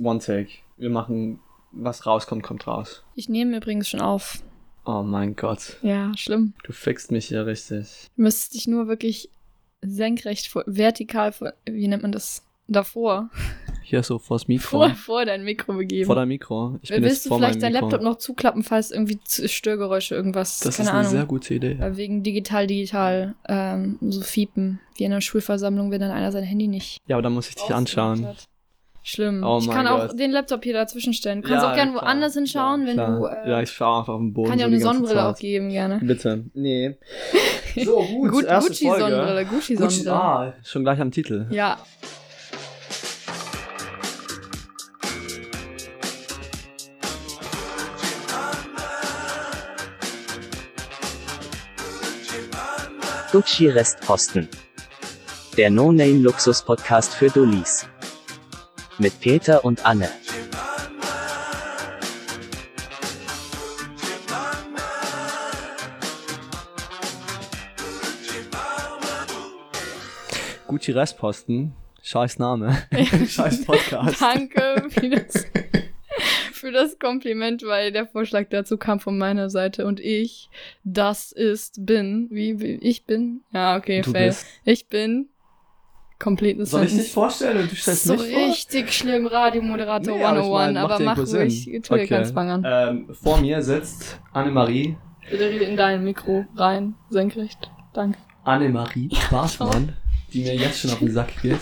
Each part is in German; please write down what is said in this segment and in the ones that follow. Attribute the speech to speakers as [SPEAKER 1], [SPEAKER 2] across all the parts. [SPEAKER 1] One Take. Wir machen, was rauskommt, kommt raus.
[SPEAKER 2] Ich nehme übrigens schon auf.
[SPEAKER 1] Oh mein Gott.
[SPEAKER 2] Ja, schlimm.
[SPEAKER 1] Du fickst mich hier richtig.
[SPEAKER 2] Du müsstest dich nur wirklich senkrecht, vor, vertikal, vor, wie nennt man das? Davor.
[SPEAKER 1] Hier so vors Mikro.
[SPEAKER 2] Vor, vor dein Mikro begeben.
[SPEAKER 1] Vor deinem Mikro. Ich bin
[SPEAKER 2] Willst
[SPEAKER 1] jetzt
[SPEAKER 2] du
[SPEAKER 1] vor meinem
[SPEAKER 2] vielleicht
[SPEAKER 1] Mikro.
[SPEAKER 2] deinen Laptop noch zuklappen, falls irgendwie Z- Störgeräusche, irgendwas,
[SPEAKER 1] Das
[SPEAKER 2] keine
[SPEAKER 1] ist eine
[SPEAKER 2] Ahnung.
[SPEAKER 1] sehr gute Idee.
[SPEAKER 2] Weil wegen digital, digital, ähm, so fiepen. Wie in einer Schulversammlung, wenn dann einer sein Handy nicht
[SPEAKER 1] Ja, aber dann muss ich dich anschauen.
[SPEAKER 2] ausgemacht hat. Schlimm.
[SPEAKER 1] Oh
[SPEAKER 2] ich
[SPEAKER 1] mein
[SPEAKER 2] kann auch
[SPEAKER 1] Gott.
[SPEAKER 2] den Laptop hier dazwischen stellen. Du kannst
[SPEAKER 1] Ja,
[SPEAKER 2] auch gerne
[SPEAKER 1] klar,
[SPEAKER 2] woanders hinschauen, wenn
[SPEAKER 1] Klar.
[SPEAKER 2] du. Äh,
[SPEAKER 1] ja, ich schaue einfach auf den Boden.
[SPEAKER 2] kann
[SPEAKER 1] so
[SPEAKER 2] dir auch eine
[SPEAKER 1] die ganze
[SPEAKER 2] Sonnenbrille
[SPEAKER 1] Zeit.
[SPEAKER 2] auch geben, gerne.
[SPEAKER 1] Bitte. Nee. So, gut.
[SPEAKER 2] Gut,
[SPEAKER 1] erste
[SPEAKER 2] Gucci-Sonnenbrille,
[SPEAKER 1] Folge. Gucci,
[SPEAKER 2] Gucci-Sonnenbrille.
[SPEAKER 1] ah, schon gleich am Titel.
[SPEAKER 2] ja,
[SPEAKER 3] Gucci Restposten. Der No-Name-Luxus-Podcast für Dullis. Mit Peter und Anne.
[SPEAKER 1] Gucci Restposten. Scheiß Name. Scheiß Podcast.
[SPEAKER 2] danke für das, für das Kompliment, weil der Vorschlag dazu kam von meiner Seite und ich, das ist, bin, wie, wie ich bin. Ja, okay,
[SPEAKER 1] du
[SPEAKER 2] fail.
[SPEAKER 1] bist.
[SPEAKER 2] Ich bin. Kompletes
[SPEAKER 1] Soll ich
[SPEAKER 2] Sentence.
[SPEAKER 1] dich vorstellen und du stellst
[SPEAKER 2] so
[SPEAKER 1] mich vor?
[SPEAKER 2] richtig schlimm, Radiomoderator
[SPEAKER 1] Nee, aber ich
[SPEAKER 2] 101,
[SPEAKER 1] mein, macht
[SPEAKER 2] aber
[SPEAKER 1] ja
[SPEAKER 2] mach
[SPEAKER 1] irgendwo Sinn.
[SPEAKER 2] ruhig, tu dir keinen Zwang an.
[SPEAKER 1] Ähm, vor mir sitzt Annemarie.
[SPEAKER 2] Bitte rede in dein Mikro rein, senkrecht. Danke.
[SPEAKER 1] Annemarie Bartmann, die mir jetzt schon auf den Sack geht.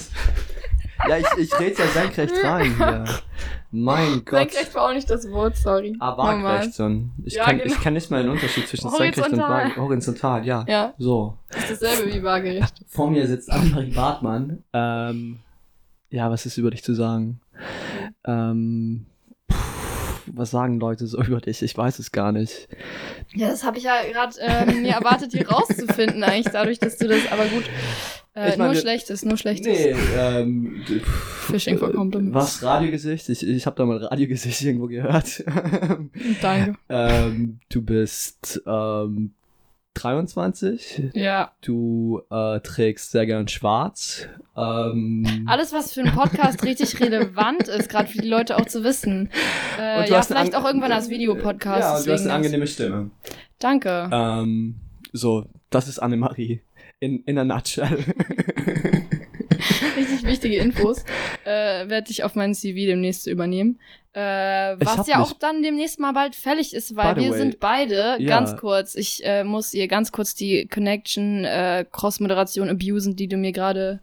[SPEAKER 1] ja, ich, ich rede ja senkrecht rein hier. Mein Gott.
[SPEAKER 2] Senkrecht war auch nicht das Wort, sorry.
[SPEAKER 1] Ah,
[SPEAKER 2] Normal.
[SPEAKER 1] waagrecht schon. Ich,
[SPEAKER 2] Ja,
[SPEAKER 1] kann,
[SPEAKER 2] genau.
[SPEAKER 1] ich kann nicht mal den Unterschied zwischen senkrecht und
[SPEAKER 2] Horizontal.
[SPEAKER 1] waag- horizontal, ja.
[SPEAKER 2] Ja,
[SPEAKER 1] So.
[SPEAKER 2] ist dasselbe wie waagerecht.
[SPEAKER 1] Vor mir sitzt Annemarie Bartmann. Ähm, ja, was ist über dich zu sagen? Ähm, pff, was sagen Leute so über dich? Ich weiß es gar nicht.
[SPEAKER 2] Ja, das habe ich ja gerade ähm, mir erwartet, hier rauszufinden eigentlich, dadurch, dass du das, aber gut. Äh,
[SPEAKER 1] Ich meine,
[SPEAKER 2] nur
[SPEAKER 1] wir-
[SPEAKER 2] Schlechtes, nur Schlechtes.
[SPEAKER 1] Nee, ähm, d-
[SPEAKER 2] Fishing for compliments.
[SPEAKER 1] Was? Radiogesicht? Ich, ich habe da mal Radiogesicht irgendwo gehört.
[SPEAKER 2] Danke.
[SPEAKER 1] ähm, du bist ähm, 23.
[SPEAKER 2] Ja,
[SPEAKER 1] Du äh, trägst sehr gern schwarz. Ähm,
[SPEAKER 2] alles, was für einen Podcast richtig relevant ist, gerade für die Leute auch zu wissen. Äh,
[SPEAKER 1] und du
[SPEAKER 2] ja,
[SPEAKER 1] hast eine
[SPEAKER 2] vielleicht
[SPEAKER 1] an-
[SPEAKER 2] auch irgendwann als Videopodcast.
[SPEAKER 1] Ja, und du hast
[SPEAKER 2] deswegen
[SPEAKER 1] eine angenehme Stimme.
[SPEAKER 2] das- Danke.
[SPEAKER 1] Ähm, so, das ist Annemarie. In, in a nutshell.
[SPEAKER 2] richtig wichtige Infos äh, werde ich auf meinen CV demnächst übernehmen. Äh,
[SPEAKER 1] Ich
[SPEAKER 2] was
[SPEAKER 1] hab
[SPEAKER 2] ja auch
[SPEAKER 1] nicht-
[SPEAKER 2] dann demnächst mal bald fällig ist, weil
[SPEAKER 1] By the
[SPEAKER 2] wir
[SPEAKER 1] way,
[SPEAKER 2] sind beide,
[SPEAKER 1] ja.
[SPEAKER 2] ganz kurz, ich äh, muss ihr ganz kurz die Connection, äh, Cross-Moderation abusen, die du mir gerade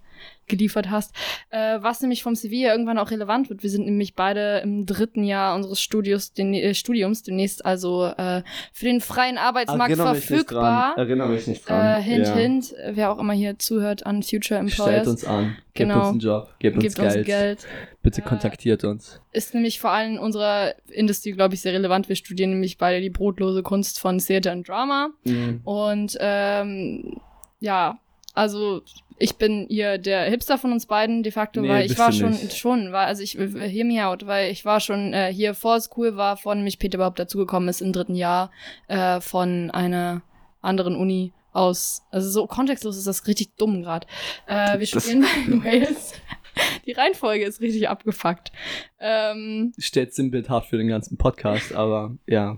[SPEAKER 2] geliefert hast, äh, was nämlich vom CV ja irgendwann auch relevant wird. Wir sind nämlich beide im dritten Jahr unseres Studios, den, äh, Studiums demnächst also äh, für den freien
[SPEAKER 1] Ah,
[SPEAKER 2] Arbeitsmarkt
[SPEAKER 1] genau,
[SPEAKER 2] verfügbar.
[SPEAKER 1] Erinnere mich nicht
[SPEAKER 2] Äh, hint, hint, wer auch immer hier zuhört an Future
[SPEAKER 1] Stellt
[SPEAKER 2] Employers.
[SPEAKER 1] uns an. Gebt
[SPEAKER 2] Genau.
[SPEAKER 1] uns einen Job. Gebt uns,
[SPEAKER 2] Gibt
[SPEAKER 1] Geld.
[SPEAKER 2] uns Geld.
[SPEAKER 1] Bitte
[SPEAKER 2] Äh,
[SPEAKER 1] kontaktiert uns.
[SPEAKER 2] Ist nämlich vor allem in unserer Industrie, glaube ich, sehr relevant. Wir studieren nämlich beide die brotlose Kunst von Theater und Drama.
[SPEAKER 1] Mhm.
[SPEAKER 2] Und ähm, ja, also ich bin hier der Hipster von uns beiden de facto,
[SPEAKER 1] Nee,
[SPEAKER 2] weil ich
[SPEAKER 1] bist
[SPEAKER 2] war
[SPEAKER 1] du
[SPEAKER 2] schon,
[SPEAKER 1] nicht.
[SPEAKER 2] schon, war, also ich, hear me out, weil ich war schon äh, hier, vor es cool war, vor nämlich Peter überhaupt dazugekommen ist im dritten Jahr äh, von einer anderen Uni aus. Also so kontextlos ist das richtig dumm gerade. Äh, wir
[SPEAKER 1] Das-
[SPEAKER 2] studieren in Wales. Die Reihenfolge ist richtig abgefuckt. Ähm,
[SPEAKER 1] Stellt Sinnbild hart für den ganzen Podcast, aber ja.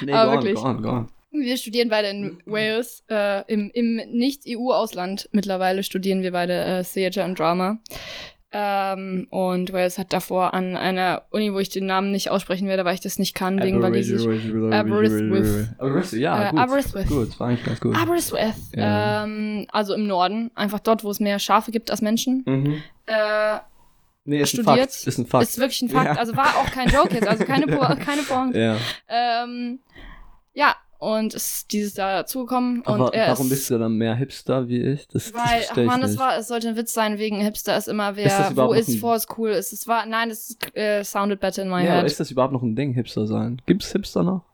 [SPEAKER 1] Nee,
[SPEAKER 2] Aber
[SPEAKER 1] go on,
[SPEAKER 2] wirklich.
[SPEAKER 1] go on, go on.
[SPEAKER 2] Wir studieren beide in
[SPEAKER 1] Mhm.
[SPEAKER 2] Wales. Äh, Im im Nicht-EU-Ausland mittlerweile studieren wir beide äh, Theater und Drama. Ähm, und Wales hat davor an einer Uni, wo ich den Namen nicht aussprechen werde, weil ich das nicht kann, wegen Walisisch. Aberystwyth.
[SPEAKER 1] Aberystwyth, ja,
[SPEAKER 2] Äh,
[SPEAKER 1] gut.
[SPEAKER 2] Aberystwyth.
[SPEAKER 1] Gut, war eigentlich ganz gut.
[SPEAKER 2] Aberystwyth.
[SPEAKER 1] Ja.
[SPEAKER 2] Ähm, also im Norden, einfach dort, wo es mehr Schafe gibt als Menschen.
[SPEAKER 1] Mhm.
[SPEAKER 2] Äh,
[SPEAKER 1] Nee, ist ein
[SPEAKER 2] Studiert.
[SPEAKER 1] Fakt. Ist ein Fakt.
[SPEAKER 2] ist wirklich ein Fakt.
[SPEAKER 1] Ja.
[SPEAKER 2] Also war auch kein Joke jetzt, also keine, po
[SPEAKER 1] Ja.
[SPEAKER 2] keine Pointe.
[SPEAKER 1] ja.
[SPEAKER 2] Ähm, ja, und ist dieses Jahr dazugekommen.
[SPEAKER 1] Aber
[SPEAKER 2] und er
[SPEAKER 1] warum
[SPEAKER 2] ist,
[SPEAKER 1] bist du dann mehr Hipster wie ich? Das, das
[SPEAKER 2] Weil, ach
[SPEAKER 1] verstehe ich
[SPEAKER 2] man, das
[SPEAKER 1] nicht.
[SPEAKER 2] war, es sollte ein Witz sein, wegen Hipster ist immer wer,
[SPEAKER 1] Ist das
[SPEAKER 2] wo
[SPEAKER 1] überhaupt noch
[SPEAKER 2] ist,
[SPEAKER 1] ein-
[SPEAKER 2] vor ist cool ist. Es war, nein, es äh, sounded better in my
[SPEAKER 1] ja, aber
[SPEAKER 2] head.
[SPEAKER 1] ist das überhaupt noch ein Ding, Hipster sein? Gibt's Hipster noch?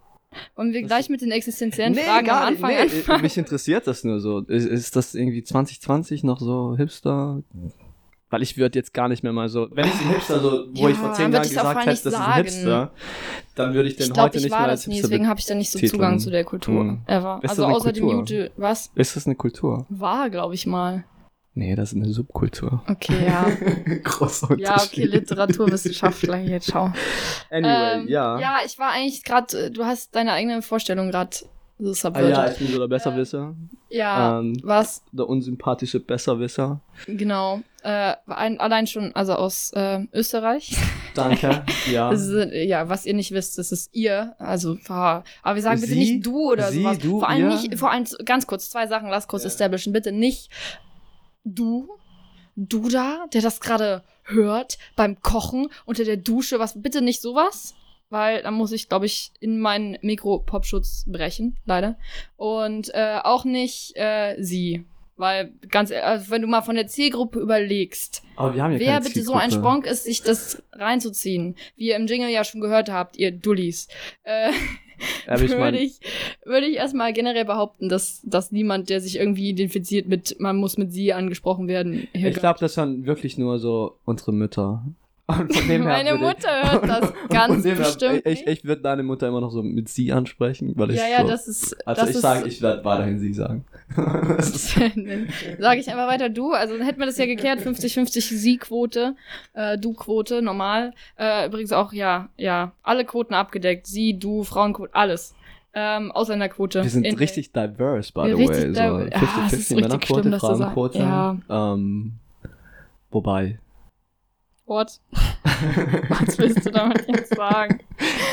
[SPEAKER 2] Und wir
[SPEAKER 1] das-
[SPEAKER 2] gleich mit den existenziellen Fragen am Anfang
[SPEAKER 1] nicht. Nee, äh,
[SPEAKER 2] anfangen.
[SPEAKER 1] Mich interessiert das nur so. Ist, ist das irgendwie 2020 noch so Hipster? Weil ich würde jetzt gar nicht mehr mal so. Wenn ich den Hipster so,
[SPEAKER 2] wo Ja, ich vor zehn würd Jahren ich's auch gesagt gar hätte, nicht das ist ein sagen. Hipster,
[SPEAKER 1] dann würde ich
[SPEAKER 2] Ich glaube, ich war das nie, deswegen habe ich da nicht so
[SPEAKER 1] betiteln.
[SPEAKER 2] Zugang zu der Kultur
[SPEAKER 1] Mhm.
[SPEAKER 2] ever.
[SPEAKER 1] Ist das
[SPEAKER 2] also
[SPEAKER 1] eine
[SPEAKER 2] außer dem
[SPEAKER 1] Kultur?
[SPEAKER 2] Jute, was
[SPEAKER 1] Ist das eine Kultur?
[SPEAKER 2] war, glaube ich mal.
[SPEAKER 1] Nee, das ist eine Subkultur.
[SPEAKER 2] Okay, ja.
[SPEAKER 1] Großer
[SPEAKER 2] Ja, okay, Literaturwissenschaftler hier, ciao.
[SPEAKER 1] Anyway,
[SPEAKER 2] Ähm,
[SPEAKER 1] ja.
[SPEAKER 2] Ja, ich war eigentlich gerade, du hast deine eigene Vorstellung gerade so
[SPEAKER 1] Ah, ja,
[SPEAKER 2] subverted.
[SPEAKER 1] ich bin so der Besserwisser.
[SPEAKER 2] ja,
[SPEAKER 1] Ähm,
[SPEAKER 2] was,
[SPEAKER 1] der unsympathische Besserwisser.
[SPEAKER 2] genau. Äh, ein, allein schon, also aus äh, Österreich.
[SPEAKER 1] Danke. Ja.
[SPEAKER 2] Das ist, äh, ja, was ihr nicht wisst, das ist ihr. Also, ha. aber wir sagen bitte
[SPEAKER 1] Sie,
[SPEAKER 2] nicht du oder
[SPEAKER 1] sie,
[SPEAKER 2] sowas.
[SPEAKER 1] du,
[SPEAKER 2] vor allem
[SPEAKER 1] ihr.
[SPEAKER 2] nicht, vor allem ganz kurz, zwei Sachen, lass kurz
[SPEAKER 1] Ja.
[SPEAKER 2] establishen. Bitte nicht du, du da, der das gerade hört beim Kochen unter der Dusche, was bitte nicht sowas. Weil dann muss ich, glaube ich, in meinen Mikro-Popschutz brechen, leider. Und äh, auch nicht äh, sie. Weil ganz, ehr- also wenn du mal von der Zielgruppe überlegst,
[SPEAKER 1] Aber wir haben ja
[SPEAKER 2] Wer
[SPEAKER 1] keine
[SPEAKER 2] bitte so ein
[SPEAKER 1] Zielgruppe.
[SPEAKER 2] Spronk ist, sich das reinzuziehen? Wie ihr im Jingle ja schon gehört habt, ihr Dullis. Äh,
[SPEAKER 1] Aber ich
[SPEAKER 2] würde,
[SPEAKER 1] meine,
[SPEAKER 2] ich, würde ich erstmal generell behaupten, dass, dass niemand, der sich irgendwie identifiziert mit, man muss mit sie angesprochen werden. hier
[SPEAKER 1] ich glaube, das waren wirklich nur so unsere Mütter. Und von dem her
[SPEAKER 2] Meine
[SPEAKER 1] würde ich-
[SPEAKER 2] Mutter hört das ganz
[SPEAKER 1] von dem her-
[SPEAKER 2] bestimmt
[SPEAKER 1] Ich, ich, ich würde deine Mutter immer noch so mit sie ansprechen, weil ich
[SPEAKER 2] ja, ja,
[SPEAKER 1] so,
[SPEAKER 2] das ist.
[SPEAKER 1] Also
[SPEAKER 2] das
[SPEAKER 1] ich
[SPEAKER 2] ist,
[SPEAKER 1] sage, ich werde weiterhin sie sagen. Das ist-
[SPEAKER 2] Sage ich einfach weiter du, also dann hätten wir das ja geklärt, 50-50 Sie-Quote, äh, Du-Quote, normal. Äh, übrigens auch, ja, ja, alle Quoten abgedeckt, Sie, Du, Frauenquote, alles. Ähm, Ausländerquote.
[SPEAKER 1] wir sind
[SPEAKER 2] In-
[SPEAKER 1] richtig diverse, by
[SPEAKER 2] Ja,
[SPEAKER 1] the way.
[SPEAKER 2] richtig
[SPEAKER 1] So
[SPEAKER 2] diver- Ah, das ist
[SPEAKER 1] 50-50
[SPEAKER 2] richtig schlimm,
[SPEAKER 1] Männerquote,
[SPEAKER 2] dass du sagst.
[SPEAKER 1] Frauenquote.
[SPEAKER 2] Ja.
[SPEAKER 1] Ähm, wobei.
[SPEAKER 2] What? Was willst du damit jetzt sagen?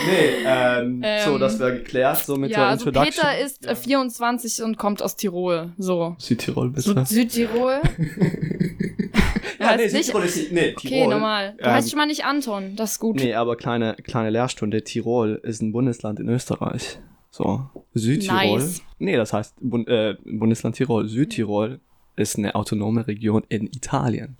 [SPEAKER 1] Nee, ähm,
[SPEAKER 2] Ähm, so, das
[SPEAKER 1] wäre geklärt, so
[SPEAKER 2] ja, also Peter ist äh, 24 und kommt aus Tirol, so.
[SPEAKER 1] Südtirol bist
[SPEAKER 2] Sü-
[SPEAKER 1] du.
[SPEAKER 2] Südtirol? Ja, nee, ist nicht- Südtirol
[SPEAKER 1] ist Nee,
[SPEAKER 2] Okay, normal. Du
[SPEAKER 1] Ähm,
[SPEAKER 2] heißt schon mal nicht Anton, das ist gut.
[SPEAKER 1] Nee, aber kleine, kleine Lehrstunde. Tirol ist ein Bundesland in Österreich. So. Südtirol.
[SPEAKER 2] Nice.
[SPEAKER 1] Nee, das heißt Bund, äh, Bundesland Tirol. Südtirol ist eine autonome Region in Italien.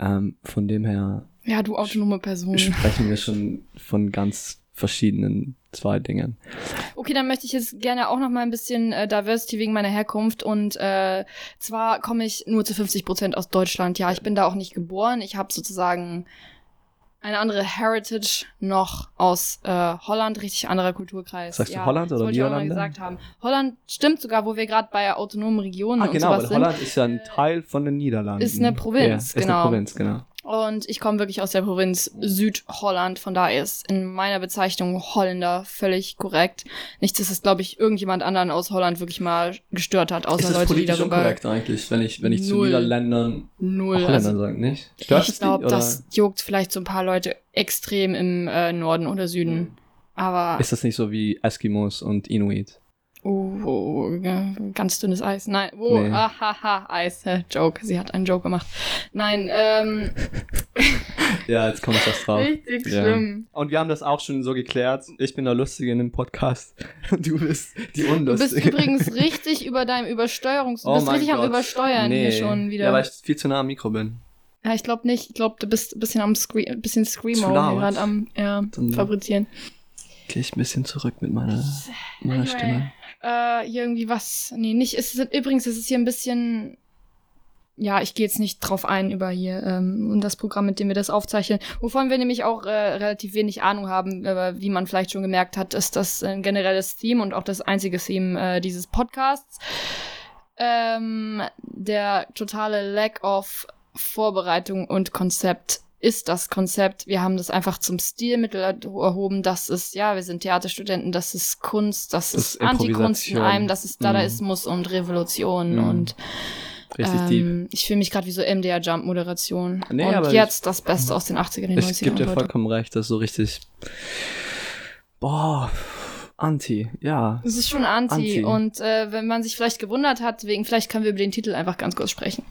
[SPEAKER 1] Ähm, von dem her
[SPEAKER 2] Ja, du autonome Person.
[SPEAKER 1] sprechen wir schon von ganz verschiedenen zwei Dingen.
[SPEAKER 2] Mhm, Okay, dann möchte ich jetzt gerne auch noch mal ein bisschen äh, Diversity wegen meiner Herkunft und äh, zwar komme ich nur zu 50 Prozent aus Deutschland. Ja, ich bin da auch nicht geboren. Ich habe sozusagen eine andere Heritage noch aus äh, Holland, richtig anderer Kulturkreis.
[SPEAKER 1] Sagst du
[SPEAKER 2] ja,
[SPEAKER 1] Holland
[SPEAKER 2] das
[SPEAKER 1] oder
[SPEAKER 2] wollte ich auch noch mal
[SPEAKER 1] Niederlande?
[SPEAKER 2] gesagt haben. Holland stimmt sogar, wo wir gerade bei autonomen Regionen
[SPEAKER 1] Ah,
[SPEAKER 2] und
[SPEAKER 1] genau, weil
[SPEAKER 2] sowas sind. Äh,
[SPEAKER 1] Holland ist ja ein Teil von den Niederlanden.
[SPEAKER 2] ist eine Provinz,
[SPEAKER 1] ja, Ist
[SPEAKER 2] genau.
[SPEAKER 1] eine Provinz, genau.
[SPEAKER 2] Und ich komme wirklich aus der Provinz Südholland, von daher ist in meiner Bezeichnung Holländer völlig korrekt. Nichts, dass es, glaube ich, irgendjemand anderen aus Holland wirklich mal gestört hat, außer Leute, die darüber
[SPEAKER 1] eigentlich, wenn ich,
[SPEAKER 2] wenn ich zu Null.
[SPEAKER 1] Niederländern
[SPEAKER 2] null.
[SPEAKER 1] Holländern
[SPEAKER 2] Also,
[SPEAKER 1] sage, nicht?
[SPEAKER 2] ich glaube, das juckt vielleicht so ein paar Leute extrem im äh, Norden oder Süden. Aber
[SPEAKER 1] Hm. Ist das nicht so wie Eskimos und Inuit?
[SPEAKER 2] oh, oh, oh, ja, ganz dünnes Eis. Nein, oh,
[SPEAKER 1] Nee.
[SPEAKER 2] ah, ha, ha, Eis. Hä, Joke, sie hat einen Joke gemacht. Nein, ähm,
[SPEAKER 1] Ja, jetzt komme ich das drauf.
[SPEAKER 2] richtig
[SPEAKER 1] Ja.
[SPEAKER 2] schlimm.
[SPEAKER 1] Und wir haben das auch schon so geklärt. Ich bin der Lustige in dem Podcast. Du bist die
[SPEAKER 2] Du bist
[SPEAKER 1] Unlustige.
[SPEAKER 2] übrigens richtig über deinem Übersteuerungs... Du
[SPEAKER 1] Oh
[SPEAKER 2] bist
[SPEAKER 1] mein
[SPEAKER 2] richtig am
[SPEAKER 1] Gott.
[SPEAKER 2] Übersteuern
[SPEAKER 1] nee.
[SPEAKER 2] hier schon wieder.
[SPEAKER 1] Ja, weil ich viel zu nah am Mikro bin.
[SPEAKER 2] Ja, ich glaube nicht. Ich glaube, du bist ein bisschen am Scre ein bisschen Screamo
[SPEAKER 1] Zu laut.
[SPEAKER 2] gerade am ja,
[SPEAKER 1] Dann-
[SPEAKER 2] fabrizieren.
[SPEAKER 1] Gehe ich ein bisschen zurück mit meiner, meiner
[SPEAKER 2] Anyway.
[SPEAKER 1] Stimme.
[SPEAKER 2] Äh, hier irgendwie was. Nee, nicht. Es ist, übrigens, es ist hier ein bisschen. Ja, ich gehe jetzt nicht drauf ein über hier ähm, und das Programm, mit dem wir das aufzeichnen. Wovon wir nämlich auch äh, relativ wenig Ahnung haben, aber wie man vielleicht schon gemerkt hat, ist das ein generelles Theme und auch das einzige Theme äh, dieses Podcasts. Ähm, der totale Lack of Vorbereitung und Konzept ist das Konzept. Wir haben das einfach zum Stilmittel erhoben. Das ist, ja, wir sind Theaterstudenten, das ist Kunst, das,
[SPEAKER 1] Das
[SPEAKER 2] ist
[SPEAKER 1] ist
[SPEAKER 2] Antikunst in
[SPEAKER 1] Improvisation.
[SPEAKER 2] einem, das ist
[SPEAKER 1] Mhm.
[SPEAKER 2] Dadaismus und Revolution
[SPEAKER 1] Mhm.
[SPEAKER 2] und
[SPEAKER 1] Richtig deep.
[SPEAKER 2] ähm, ich fühle mich gerade wie so MDR Jump Moderation.
[SPEAKER 1] Nee,
[SPEAKER 2] und
[SPEAKER 1] aber ich-
[SPEAKER 2] jetzt das Beste aus den 80ern, den
[SPEAKER 1] Ich
[SPEAKER 2] 90ern.
[SPEAKER 1] gebe dir
[SPEAKER 2] Leute.
[SPEAKER 1] vollkommen recht, das ist so richtig. Boah, Anti, ja.
[SPEAKER 2] Es ist schon
[SPEAKER 1] Anti.
[SPEAKER 2] Anti. Und äh, wenn man sich vielleicht gewundert hat, wegen, vielleicht können wir über den Titel einfach ganz kurz sprechen.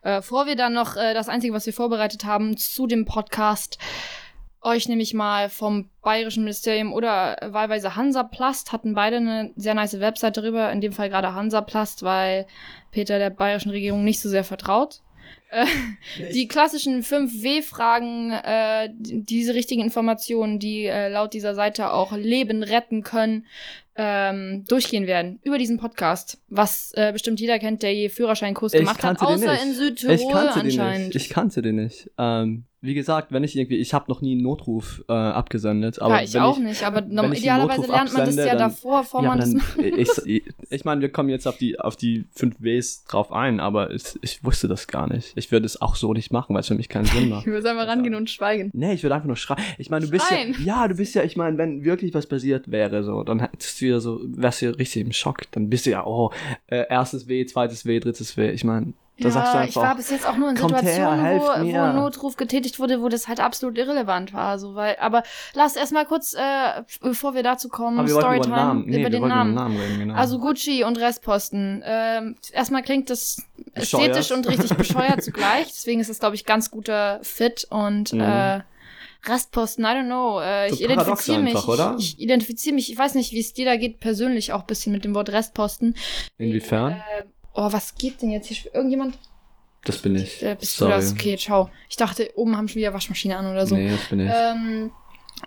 [SPEAKER 2] Äh, vor wir dann noch äh, das Einzige, was wir vorbereitet haben zu dem Podcast, euch nämlich mal vom Bayerischen Ministerium oder wahlweise Hansaplast hatten beide eine sehr nice Website darüber, in dem Fall gerade Hansaplast, weil Peter der bayerischen Regierung nicht so sehr vertraut. Äh, die klassischen 5W-Fragen, äh, die- diese richtigen Informationen, die äh, laut dieser Seite auch Leben retten können, ähm, durchgehen werden über diesen Podcast, was äh, bestimmt jeder kennt, der je Führerscheinkurs
[SPEAKER 1] Ich
[SPEAKER 2] gemacht hat,
[SPEAKER 1] kannte den
[SPEAKER 2] außer
[SPEAKER 1] nicht.
[SPEAKER 2] in
[SPEAKER 1] Ich
[SPEAKER 2] Südtirol
[SPEAKER 1] kannte den
[SPEAKER 2] anscheinend.
[SPEAKER 1] nicht. Ich kannte den nicht. Ähm, wie gesagt, wenn ich irgendwie, ich habe noch nie einen Notruf äh, abgesendet, aber
[SPEAKER 2] ja, ich
[SPEAKER 1] wenn
[SPEAKER 2] auch
[SPEAKER 1] ich,
[SPEAKER 2] nicht, aber
[SPEAKER 1] wenn
[SPEAKER 2] norm-
[SPEAKER 1] ich einen
[SPEAKER 2] idealerweise
[SPEAKER 1] Notruf
[SPEAKER 2] lernt man das
[SPEAKER 1] absende,
[SPEAKER 2] ja
[SPEAKER 1] dann-
[SPEAKER 2] davor, bevor
[SPEAKER 1] ja,
[SPEAKER 2] man
[SPEAKER 1] aber
[SPEAKER 2] das
[SPEAKER 1] dann, ich, ich, ich meine, wir kommen jetzt auf die auf die 5 Ws drauf ein, aber ich, ich wusste das gar nicht. Ich würde es auch so nicht machen, weil es für mich keinen Sinn macht.
[SPEAKER 2] Ich würde einfach rangehen und schweigen.
[SPEAKER 1] Nee, ich würde einfach nur schreien. Ich meine, du bist
[SPEAKER 2] Schreien.
[SPEAKER 1] ja, ja, du bist ja, ich meine, wenn wirklich was passiert wäre, so, dann hättest du ja so, wärst du ja richtig im Schock. Dann bist du ja, oh, äh, erstes W, zweites W, drittes W. Ich meine, da
[SPEAKER 2] ja,
[SPEAKER 1] sagst du
[SPEAKER 2] ich
[SPEAKER 1] einfach,
[SPEAKER 2] war bis jetzt auch nur in
[SPEAKER 1] kommt her,
[SPEAKER 2] Situationen, wo,
[SPEAKER 1] helft
[SPEAKER 2] wo
[SPEAKER 1] mir.
[SPEAKER 2] ein Notruf getätigt wurde, wo das halt absolut irrelevant war. So, weil, aber lass erstmal kurz, äh, bevor wir dazu kommen,
[SPEAKER 1] aber wir wollten über den
[SPEAKER 2] Storytime
[SPEAKER 1] Namen, nee,
[SPEAKER 2] über
[SPEAKER 1] wir
[SPEAKER 2] den
[SPEAKER 1] wollten Um über den
[SPEAKER 2] Namen.
[SPEAKER 1] Namen reden, genau.
[SPEAKER 2] Also Gucci und Restposten. Ähm, erstmal klingt das
[SPEAKER 1] Bescheuert.
[SPEAKER 2] ästhetisch und richtig bescheuert zugleich. Deswegen ist es, glaube ich, ganz guter Fit und
[SPEAKER 1] Mhm.
[SPEAKER 2] äh, Restposten, I don't know. Äh,
[SPEAKER 1] So
[SPEAKER 2] ich
[SPEAKER 1] paradox
[SPEAKER 2] identifiziere mich.
[SPEAKER 1] einfach, oder?
[SPEAKER 2] Ich, ich identifiziere mich. Ich weiß nicht, wie es dir da geht, persönlich auch ein bisschen mit dem Wort Restposten.
[SPEAKER 1] Inwiefern?
[SPEAKER 2] Äh, oh, was geht denn jetzt hier? Irgendjemand?
[SPEAKER 1] Das bin ich.
[SPEAKER 2] Äh, bist
[SPEAKER 1] Sorry.
[SPEAKER 2] du das? Okay, ciao. Ich dachte, oben haben schon wieder Waschmaschine an oder so.
[SPEAKER 1] Nee, das bin ich.
[SPEAKER 2] ähm,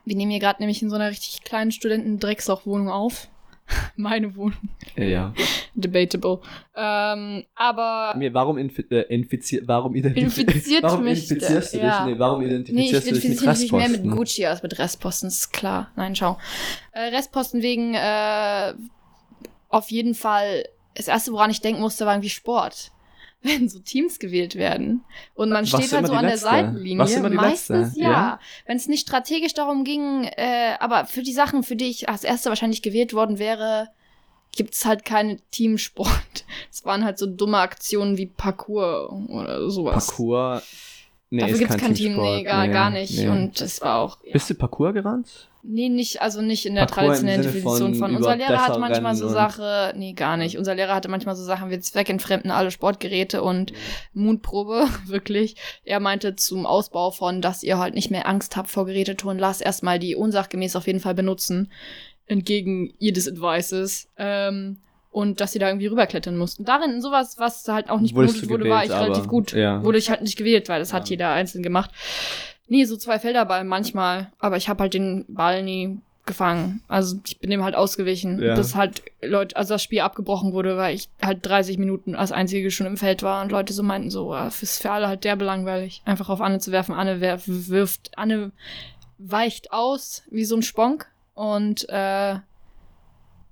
[SPEAKER 2] wir nehmen hier gerade nämlich in so einer richtig kleinen Studenten-Drecksauchwohnung auf. Meine Wohnung.
[SPEAKER 1] ja.
[SPEAKER 2] Debatable. Ähm, aber
[SPEAKER 1] Nee, warum, infi äh, infizier warum, identif
[SPEAKER 2] Infiziert
[SPEAKER 1] warum
[SPEAKER 2] mich, äh,
[SPEAKER 1] infizierst du dich?
[SPEAKER 2] ja.
[SPEAKER 1] Nee, warum
[SPEAKER 2] nee, ich
[SPEAKER 1] identifizierst du dich
[SPEAKER 2] identifiziere
[SPEAKER 1] mit
[SPEAKER 2] mich mehr mit
[SPEAKER 1] Restposten?
[SPEAKER 2] Gucci als mit Restposten, ist klar. Nein, schau. Äh, Restposten wegen äh, auf jeden Fall das erste, woran ich denken musste, war irgendwie Sport. Wenn so Teams gewählt werden und man
[SPEAKER 1] Warst
[SPEAKER 2] steht
[SPEAKER 1] du immer
[SPEAKER 2] halt so
[SPEAKER 1] die
[SPEAKER 2] an der
[SPEAKER 1] Letzte?
[SPEAKER 2] Seitenlinie,
[SPEAKER 1] Warst du immer die
[SPEAKER 2] meistens
[SPEAKER 1] Letzte?
[SPEAKER 2] ja.
[SPEAKER 1] Ja?
[SPEAKER 2] Wenn es nicht strategisch darum ging, äh, aber für die Sachen, für die ich als erste wahrscheinlich gewählt worden wäre, gibt es halt keinen Teamsport. Es waren halt so dumme Aktionen wie Parkour oder sowas.
[SPEAKER 1] Parkour. Nee,
[SPEAKER 2] Dafür
[SPEAKER 1] ist
[SPEAKER 2] gibt's
[SPEAKER 1] kein,
[SPEAKER 2] kein Team,
[SPEAKER 1] Teamsport.
[SPEAKER 2] nee, gar,
[SPEAKER 1] Nee,
[SPEAKER 2] gar nicht.
[SPEAKER 1] nee.
[SPEAKER 2] Und äh, das war auch. Ja.
[SPEAKER 1] Bist du Parkour gerannt?
[SPEAKER 2] Nee, nicht, also nicht in der
[SPEAKER 1] Parkour im
[SPEAKER 2] traditionellen
[SPEAKER 1] Sinne von
[SPEAKER 2] Definition von.
[SPEAKER 1] über
[SPEAKER 2] Unser Lehrer hatte
[SPEAKER 1] Dächer
[SPEAKER 2] manchmal
[SPEAKER 1] rennen
[SPEAKER 2] so
[SPEAKER 1] und-
[SPEAKER 2] Sache, nee, gar nicht. Unser Lehrer hatte manchmal so Sachen, wir zweckentfremden alle Sportgeräte und Mundprobe, wirklich. Er meinte zum Ausbau von, dass ihr halt nicht mehr Angst habt vor Geräteton, lasst erstmal die unsachgemäß auf jeden Fall benutzen. Entgegen jedes Advices. Ähm, und dass sie da irgendwie rüberklettern mussten. Darin, in sowas, was halt auch nicht
[SPEAKER 1] Wurdest
[SPEAKER 2] benotet
[SPEAKER 1] du
[SPEAKER 2] wurde, war ich
[SPEAKER 1] gewählt, aber-
[SPEAKER 2] relativ gut.
[SPEAKER 1] ja.
[SPEAKER 2] Wurde ich halt nicht gewählt, weil das hat
[SPEAKER 1] Ja.
[SPEAKER 2] jeder einzeln gemacht. Nee, so zwei Felderball manchmal. Aber ich habe halt den Ball nie gefangen. Also ich bin dem halt ausgewichen,
[SPEAKER 1] Ja.
[SPEAKER 2] bis halt Leute, also das Spiel abgebrochen wurde, weil ich halt 30 Minuten als Einzige schon im Feld war und Leute so meinten so, ah, ist für alle halt derbe langweilig, einfach auf Anne zu werfen. Anne werf, wirft, Anne weicht aus wie so ein Sponk und äh,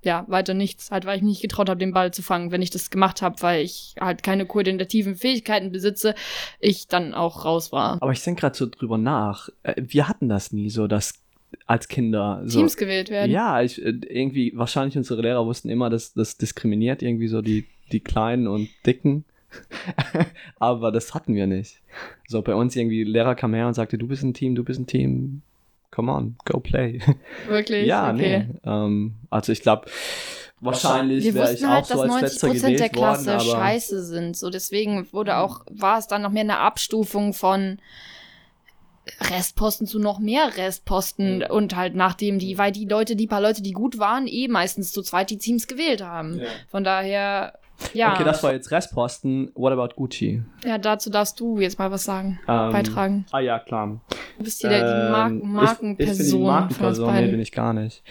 [SPEAKER 2] ja, weiter nichts, halt weil ich mich nicht getraut habe, den Ball zu fangen. Wenn ich das gemacht habe, weil ich halt keine koordinativen Fähigkeiten besitze, ich dann auch raus war.
[SPEAKER 1] Aber ich denke gerade so drüber nach. Äh, Wir hatten das nie so, dass als Kinder so.
[SPEAKER 2] Teams gewählt
[SPEAKER 1] Also,
[SPEAKER 2] werden.
[SPEAKER 1] Ja, ich, äh, irgendwie, wahrscheinlich unsere Lehrer wussten immer, dass das diskriminiert irgendwie so die, die Kleinen und Dicken. Aber das hatten wir nicht. So bei uns irgendwie, Lehrer kam her und sagte, du bist ein Team, du bist ein Team. Come on, go play.
[SPEAKER 2] Wirklich?
[SPEAKER 1] ja,
[SPEAKER 2] okay.
[SPEAKER 1] nee. Ähm, also ich glaube, wahrscheinlich
[SPEAKER 2] Wir
[SPEAKER 1] wäre ich
[SPEAKER 2] wussten
[SPEAKER 1] auch
[SPEAKER 2] halt, dass
[SPEAKER 1] so als
[SPEAKER 2] 90
[SPEAKER 1] letzter
[SPEAKER 2] Prozent
[SPEAKER 1] gewählt
[SPEAKER 2] der Klasse
[SPEAKER 1] worden, aber
[SPEAKER 2] scheiße sind. So, deswegen wurde auch, war es dann noch mehr eine Abstufung von Restposten zu noch mehr Restposten und halt nachdem die, weil die Leute, die paar Leute, die gut waren, eh meistens zu zweit die Teams gewählt haben. Von daher, ja.
[SPEAKER 1] Okay, das war jetzt Restposten. What about Gucci?
[SPEAKER 2] ja, dazu darfst du jetzt mal was sagen,
[SPEAKER 1] Ähm,
[SPEAKER 2] beitragen.
[SPEAKER 1] Ah ja, klar.
[SPEAKER 2] Du bist hier der- die Mark
[SPEAKER 1] Ähm, ich, ich bin die
[SPEAKER 2] Markenperson von uns
[SPEAKER 1] Markenperson, nee, bin
[SPEAKER 2] beiden.
[SPEAKER 1] ich gar nicht.